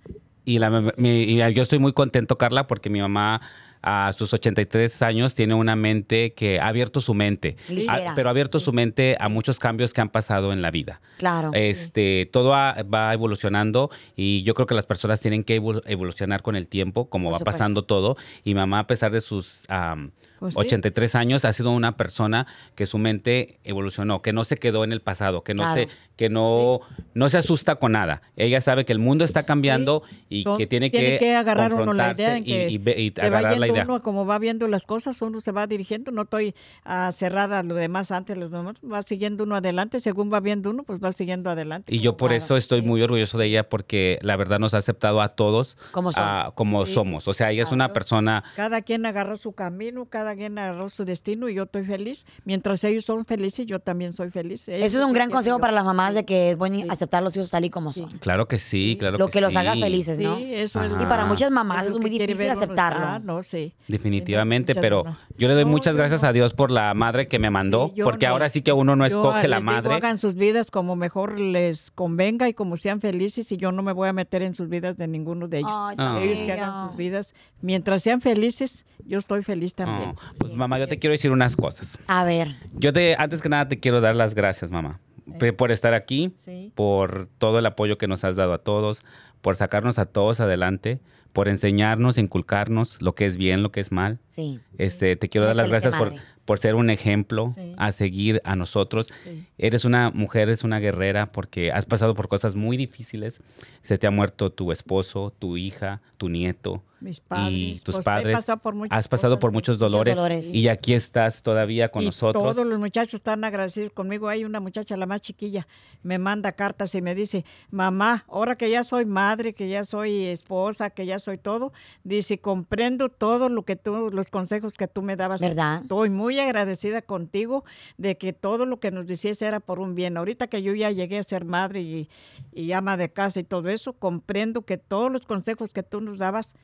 S2: Y, la- mi- y yo estoy muy contento, Carla, porque mi mamá a sus 83 años tiene una mente que ha abierto su mente,
S1: Ligera.
S2: Ah, pero ha abierto su mente a muchos cambios que han pasado en la vida.
S1: Claro.
S2: Este, todo ha- va evolucionando y yo creo que las personas tienen que evol- evolucionar con el tiempo, como
S1: Por
S2: va
S1: supuesto.
S2: pasando todo. Y mamá, a pesar de sus am,
S3: Pues sí.
S2: 83 años, ha sido una persona que su mente evolucionó, que no se quedó en el pasado, que no
S1: Claro.
S2: se, que no, no se asusta con nada. Ella sabe que el mundo está cambiando y
S3: Son-
S2: que tiene, que,
S3: agarrar uno la
S2: confrontarse
S3: idea en
S2: y-
S3: que
S2: y, ve- y
S3: se va
S2: agarrar la
S3: yendo
S2: idea.
S3: uno como va viendo las cosas uno se va dirigiendo no estoy ah, cerrada a lo demás antes lo demás va siguiendo uno adelante según va viendo uno pues va siguiendo adelante
S2: Y yo por
S1: Claro,
S2: eso estoy muy orgulloso de ella porque la verdad nos ha aceptado a todos
S1: Como son.
S2: ah, como
S3: Sí.
S2: somos. O sea, ella es una
S3: Claro.
S2: persona
S3: cada quien agarró su camino cada quien agarró su destino y yo estoy feliz mientras ellos son felices yo también soy feliz
S1: Eso es un gran consejo para las mamás de que es bueno
S3: Sí.
S1: aceptar los hijos tal y como son.
S2: Claro que sí, claro
S1: Lo
S2: que,
S1: que los haga
S2: sí.
S1: felices, ¿no?
S3: Sí, eso es
S2: Ajá.
S3: lo
S2: Y
S3: que-
S2: para
S1: muchas mamás
S3: lo
S1: es
S3: que
S1: muy
S3: quiere
S1: difícil
S3: ver uno.
S1: aceptarlo.
S3: Ah, no, sí.
S2: Definitivamente,
S3: Muchas
S2: pero
S3: mamás.
S2: yo le doy
S3: No,
S2: muchas
S3: yo
S2: gracias
S3: no.
S2: a Dios por la madre que me mandó,
S3: Sí, yo
S2: porque
S3: no.
S2: ahora sí que uno no
S3: Yo
S2: escoge la
S3: les digo,
S2: madre.
S3: hagan sus vidas como mejor les convenga y como sean felices y yo no me voy a meter en sus vidas de ninguno de ellos.
S1: Ay,
S2: Ah.
S1: tan
S3: Ellos que
S1: bello.
S3: hagan sus vidas. Mientras sean felices, yo estoy feliz también.
S2: Oh, pues mamá, yo te quiero decir unas cosas.
S1: A ver,
S2: Yo te, antes que nada te quiero dar las gracias, mamá, pe- por estar aquí,
S3: Sí.
S2: por todo el apoyo que nos has dado a todos, por sacarnos a todos adelante, por enseñarnos, inculcarnos lo que es bien, lo que es mal.
S1: sí.
S2: Este, te quiero dar las
S1: Excelente
S2: gracias por,
S1: madre.
S2: por ser un ejemplo
S3: Sí.
S2: a seguir a nosotros.
S3: Sí.
S2: Eres una mujer, eres una guerrera porque has pasado por cosas muy difíciles. Se te ha muerto tu esposo, tu hija, tu nieto.
S3: Mis padres.
S2: y tus
S3: pues, he
S2: padres.
S3: pasado por muchas
S2: has pasado por
S3: cosas,
S2: muchos
S3: sí.
S2: dolores,
S1: dolores.
S2: y aquí estás todavía con
S3: Y
S2: nosotros.
S3: Todos los muchachos están agradecidos conmigo. Hay una muchacha, la más chiquilla, me manda cartas y me dice, mamá, ahora que ya soy madre, que ya soy esposa, que ya soy todo, dice, comprendo todo lo que tú, los consejos que tú me dabas.
S1: ¿Verdad?
S3: Estoy muy agradecida contigo de que todo lo que nos decías era por un bien. Ahorita que yo ya llegué a ser madre y, y ama de casa y todo eso, comprendo que todos los consejos que tú nos dabas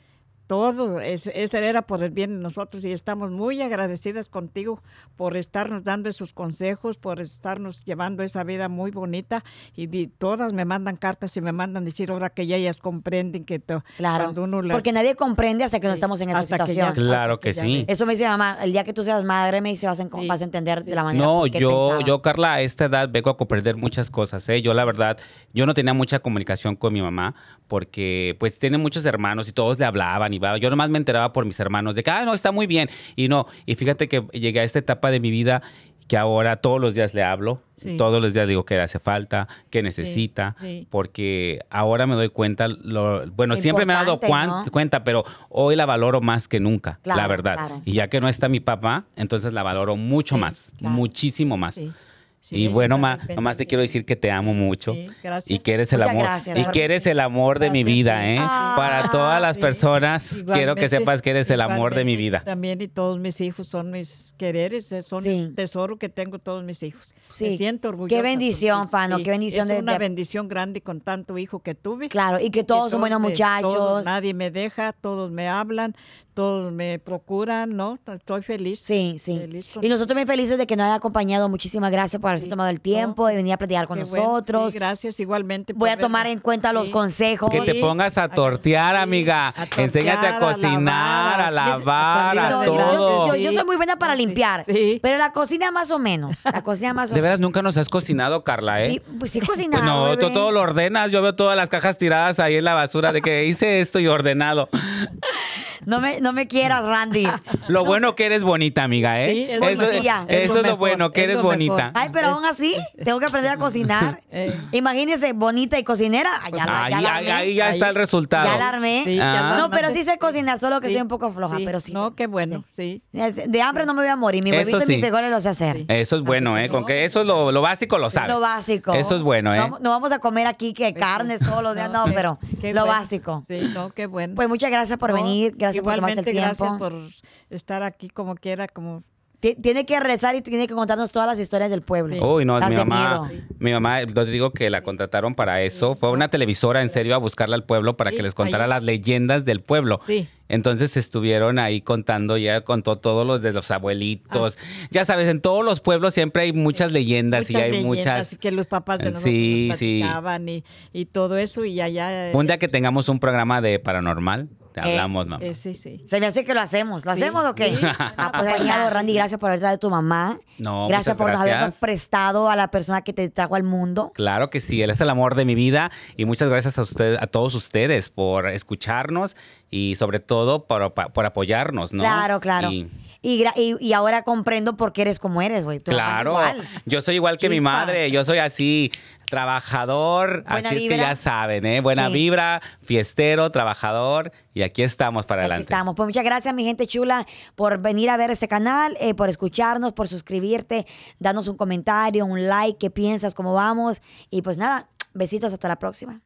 S3: todo, es- ese era por el bien de nosotros y estamos muy agradecidas contigo por estarnos dando esos consejos, por estarnos llevando esa vida muy bonita y di- todas me mandan cartas y me mandan decir ahora que ya ellas comprenden que to-
S1: Claro.
S3: cuando uno las-
S1: Porque nadie comprende hasta que no
S3: Sí,
S1: estamos en esa
S3: hasta que
S1: situación.
S3: ya-
S2: Claro
S3: hasta
S2: que
S3: ya
S2: sí.
S3: ves.
S1: Eso me dice mi mamá, el día que tú seas madre, me dice, vas a, en-
S3: Sí,
S1: vas a entender de la manera
S2: No,
S1: que
S2: yo,
S1: pensaba.
S2: yo, Carla, a esta edad vengo a comprender muchas cosas. ¿eh? Yo, la verdad, yo no tenía mucha comunicación con mi mamá porque, pues, tiene muchos hermanos y todos le hablaban y va- yo nomás me enteraba por mis hermanos de que, ah, no, está muy bien. Y no, y fíjate que llegué a esta etapa de mi vida que ahora todos los días le hablo,
S3: Sí.
S2: todos los días digo que le hace falta, que necesita,
S3: sí.
S2: porque ahora me doy cuenta, lo- bueno, siempre me he dado
S1: Importante,
S2: cuan-
S1: ¿no?
S2: cuenta, pero hoy la valoro más que nunca, la
S1: Claro,
S2: verdad.
S1: claro.
S2: Y ya que no está mi papá, entonces la valoro mucho
S3: Sí,
S2: más,
S1: claro.
S2: muchísimo más.
S3: Sí, sí,
S2: y
S3: ella
S2: bueno,
S3: está
S2: ma,
S3: muy
S2: nomás te
S3: pendiente.
S2: quiero decir que te amo mucho.
S3: Sí, gracias.
S2: Y que eres el
S1: Muchas
S2: amor.
S1: gracias,
S2: y
S1: Bárbara.
S2: que eres el amor de mi
S3: Gracias,
S2: vida,
S3: sí.
S2: ¿eh?
S1: Ah,
S2: Para todas las
S3: sí.
S2: personas, quiero que
S3: Igualmente,
S2: sepas que eres el amor de mi
S3: igualmente
S2: vida.
S3: También y todos mis hijos son mis quereres, eh, son
S1: Sí.
S3: el tesoro que tengo todos mis hijos.
S1: Sí.
S3: Me siento
S1: Qué
S3: orgullosa.
S1: bendición,
S3: porque
S1: Fano, qué bendición
S3: Es
S1: de-
S3: una
S1: de-
S3: bendición grande con tanto hijo que tuve.
S1: Claro, y que
S3: Que
S1: todos son buenos
S3: me-
S1: muchachos.
S3: todos, nadie me deja, todos me hablan, todos me procuran, ¿no? Estoy feliz.
S1: Sí, sí.
S3: Feliz con-
S1: Y nosotros bien felices de que nos haya acompañado. Muchísimas gracias por haberse tomado el tiempo de venir a platicar con
S3: Qué bueno,
S1: nosotros.
S3: sí, gracias, igualmente.
S1: Voy
S3: por
S1: a tomar
S3: verme.
S1: en cuenta los
S3: Sí.
S1: consejos.
S2: Que te
S3: Sí.
S2: pongas a
S3: Acá-
S2: tortear,
S3: sí,
S2: amiga.
S3: a tortear,
S2: Enséñate a
S3: a
S2: cocinar, a
S3: lavar,
S2: lavar,
S3: a
S2: a
S1: No, yo-
S3: lavar.
S2: todo.
S1: Yo, yo- yo
S3: Sí.
S1: soy muy buena para
S3: Sí.
S1: limpiar,
S3: Sí.
S1: pero la cocina más o menos. La cocina más o
S2: De
S1: menos.
S2: veras, nunca nos has cocinado, Carla, ¿eh?
S1: Sí, pues sí cocinaba,
S2: No, tú
S1: bebé.
S2: todo lo ordenas. Yo veo todas las cajas tiradas ahí en la basura de que hice esto y ordenado.
S1: no, me, no me quieras, Randy.
S2: Lo bueno que eres bonita, amiga, ¿eh?
S3: Sí, es
S2: eso
S1: bonita.
S2: eso
S1: Es
S2: es
S3: lo
S2: lo,
S3: mejor,
S2: bueno, que
S3: es
S2: eres
S3: lo mejor.
S2: bonita.
S1: Ay, pero aún así, tengo que aprender a cocinar.
S3: Eh.
S1: Imagínense, bonita y cocinera. Ay, ya la-
S2: ahí,
S1: ya la
S2: ahí-
S1: armé.
S2: ahí ya
S3: Ahí.
S2: está el resultado.
S1: Ya la armé.
S3: Sí, ya
S2: Ah.
S3: la
S1: ¿eh? No, pero sí sé
S3: armaste.
S1: cocinar, solo que
S3: Sí,
S1: soy un poco floja, pero sí.
S3: No, qué bueno, sí.
S1: De hambre no me voy a morir. Mi
S2: Eso
S1: huevito y mis
S2: sí.
S1: frijoles los sé hacer.
S3: Sí.
S2: Eso es bueno,
S3: Así
S2: ¿eh?
S3: que
S2: Con
S3: no.
S2: que eso es lo, lo básico, lo sabes.
S1: Lo básico.
S2: Eso es bueno, ¿eh?
S1: No, no vamos a comer aquí que carnes todos los días, no,
S3: qué-
S1: pero
S3: qué
S1: lo
S3: bueno.
S1: básico.
S3: Sí, no, qué bueno.
S1: Pues muchas gracias por
S3: No,
S1: venir, gracias por tomarse el
S3: igualmente,
S1: tiempo.
S3: Gracias por estar aquí como quiera, como
S1: ti- tiene que rezar y tiene que contarnos todas las historias del pueblo.
S2: Uy, no,
S1: Las
S2: mi
S1: de
S2: mamá,
S1: miedo.
S2: mi mamá, no te digo que la contrataron para eso. Fue a una televisora en serio a buscarla al pueblo para
S3: Sí,
S2: que les contara
S3: ahí.
S2: las leyendas del pueblo.
S3: Sí.
S2: Entonces estuvieron ahí contando, ya contó todos los de los abuelitos.
S1: Ah,
S2: Ya sabes, en todos los pueblos siempre hay muchas leyendas y hay
S3: leyendas
S2: muchas.
S3: que los papás de nosotros
S2: Sí,
S3: nos
S2: sí.
S3: platicaban y, y todo eso y allá eh,
S2: Un día que tengamos un programa de paranormal, te
S1: Eh,
S2: hablamos, mamá.
S3: eh, sí sí
S1: Se me hace que lo hacemos. ¿Lo
S3: Sí.
S1: hacemos o qué?
S3: Sí.
S1: Ah, pues ahí está, Randy, gracias por haber traído a tu mamá.
S2: No,
S1: gracias
S2: muchas
S1: por nos habernos
S2: gracias.
S1: prestado a la persona que te trajo al mundo.
S2: Claro que sí, él es el amor de mi vida y muchas gracias a ustedes, a todos ustedes por escucharnos y sobre todo por, por apoyarnos, ¿no?
S1: Claro, claro.
S2: Y-
S1: Y, gra- y- y ahora comprendo por qué eres como eres, güey. Tu mamá es
S2: Claro,
S1: igual.
S2: yo soy igual que mi
S1: Chispa.
S2: madre, yo soy así, trabajador,
S1: Buena
S2: así es que
S1: vibra.
S2: ya saben, ¿eh? Buena
S1: Sí.
S2: vibra, fiestero, trabajador y aquí estamos para
S1: Aquí
S2: adelante.
S1: estamos. Pues muchas gracias, mi gente chula, por venir a ver este canal, eh, por escucharnos, por suscribirte, darnos un comentario, un like, qué piensas, cómo vamos. Y pues nada, besitos, hasta la próxima.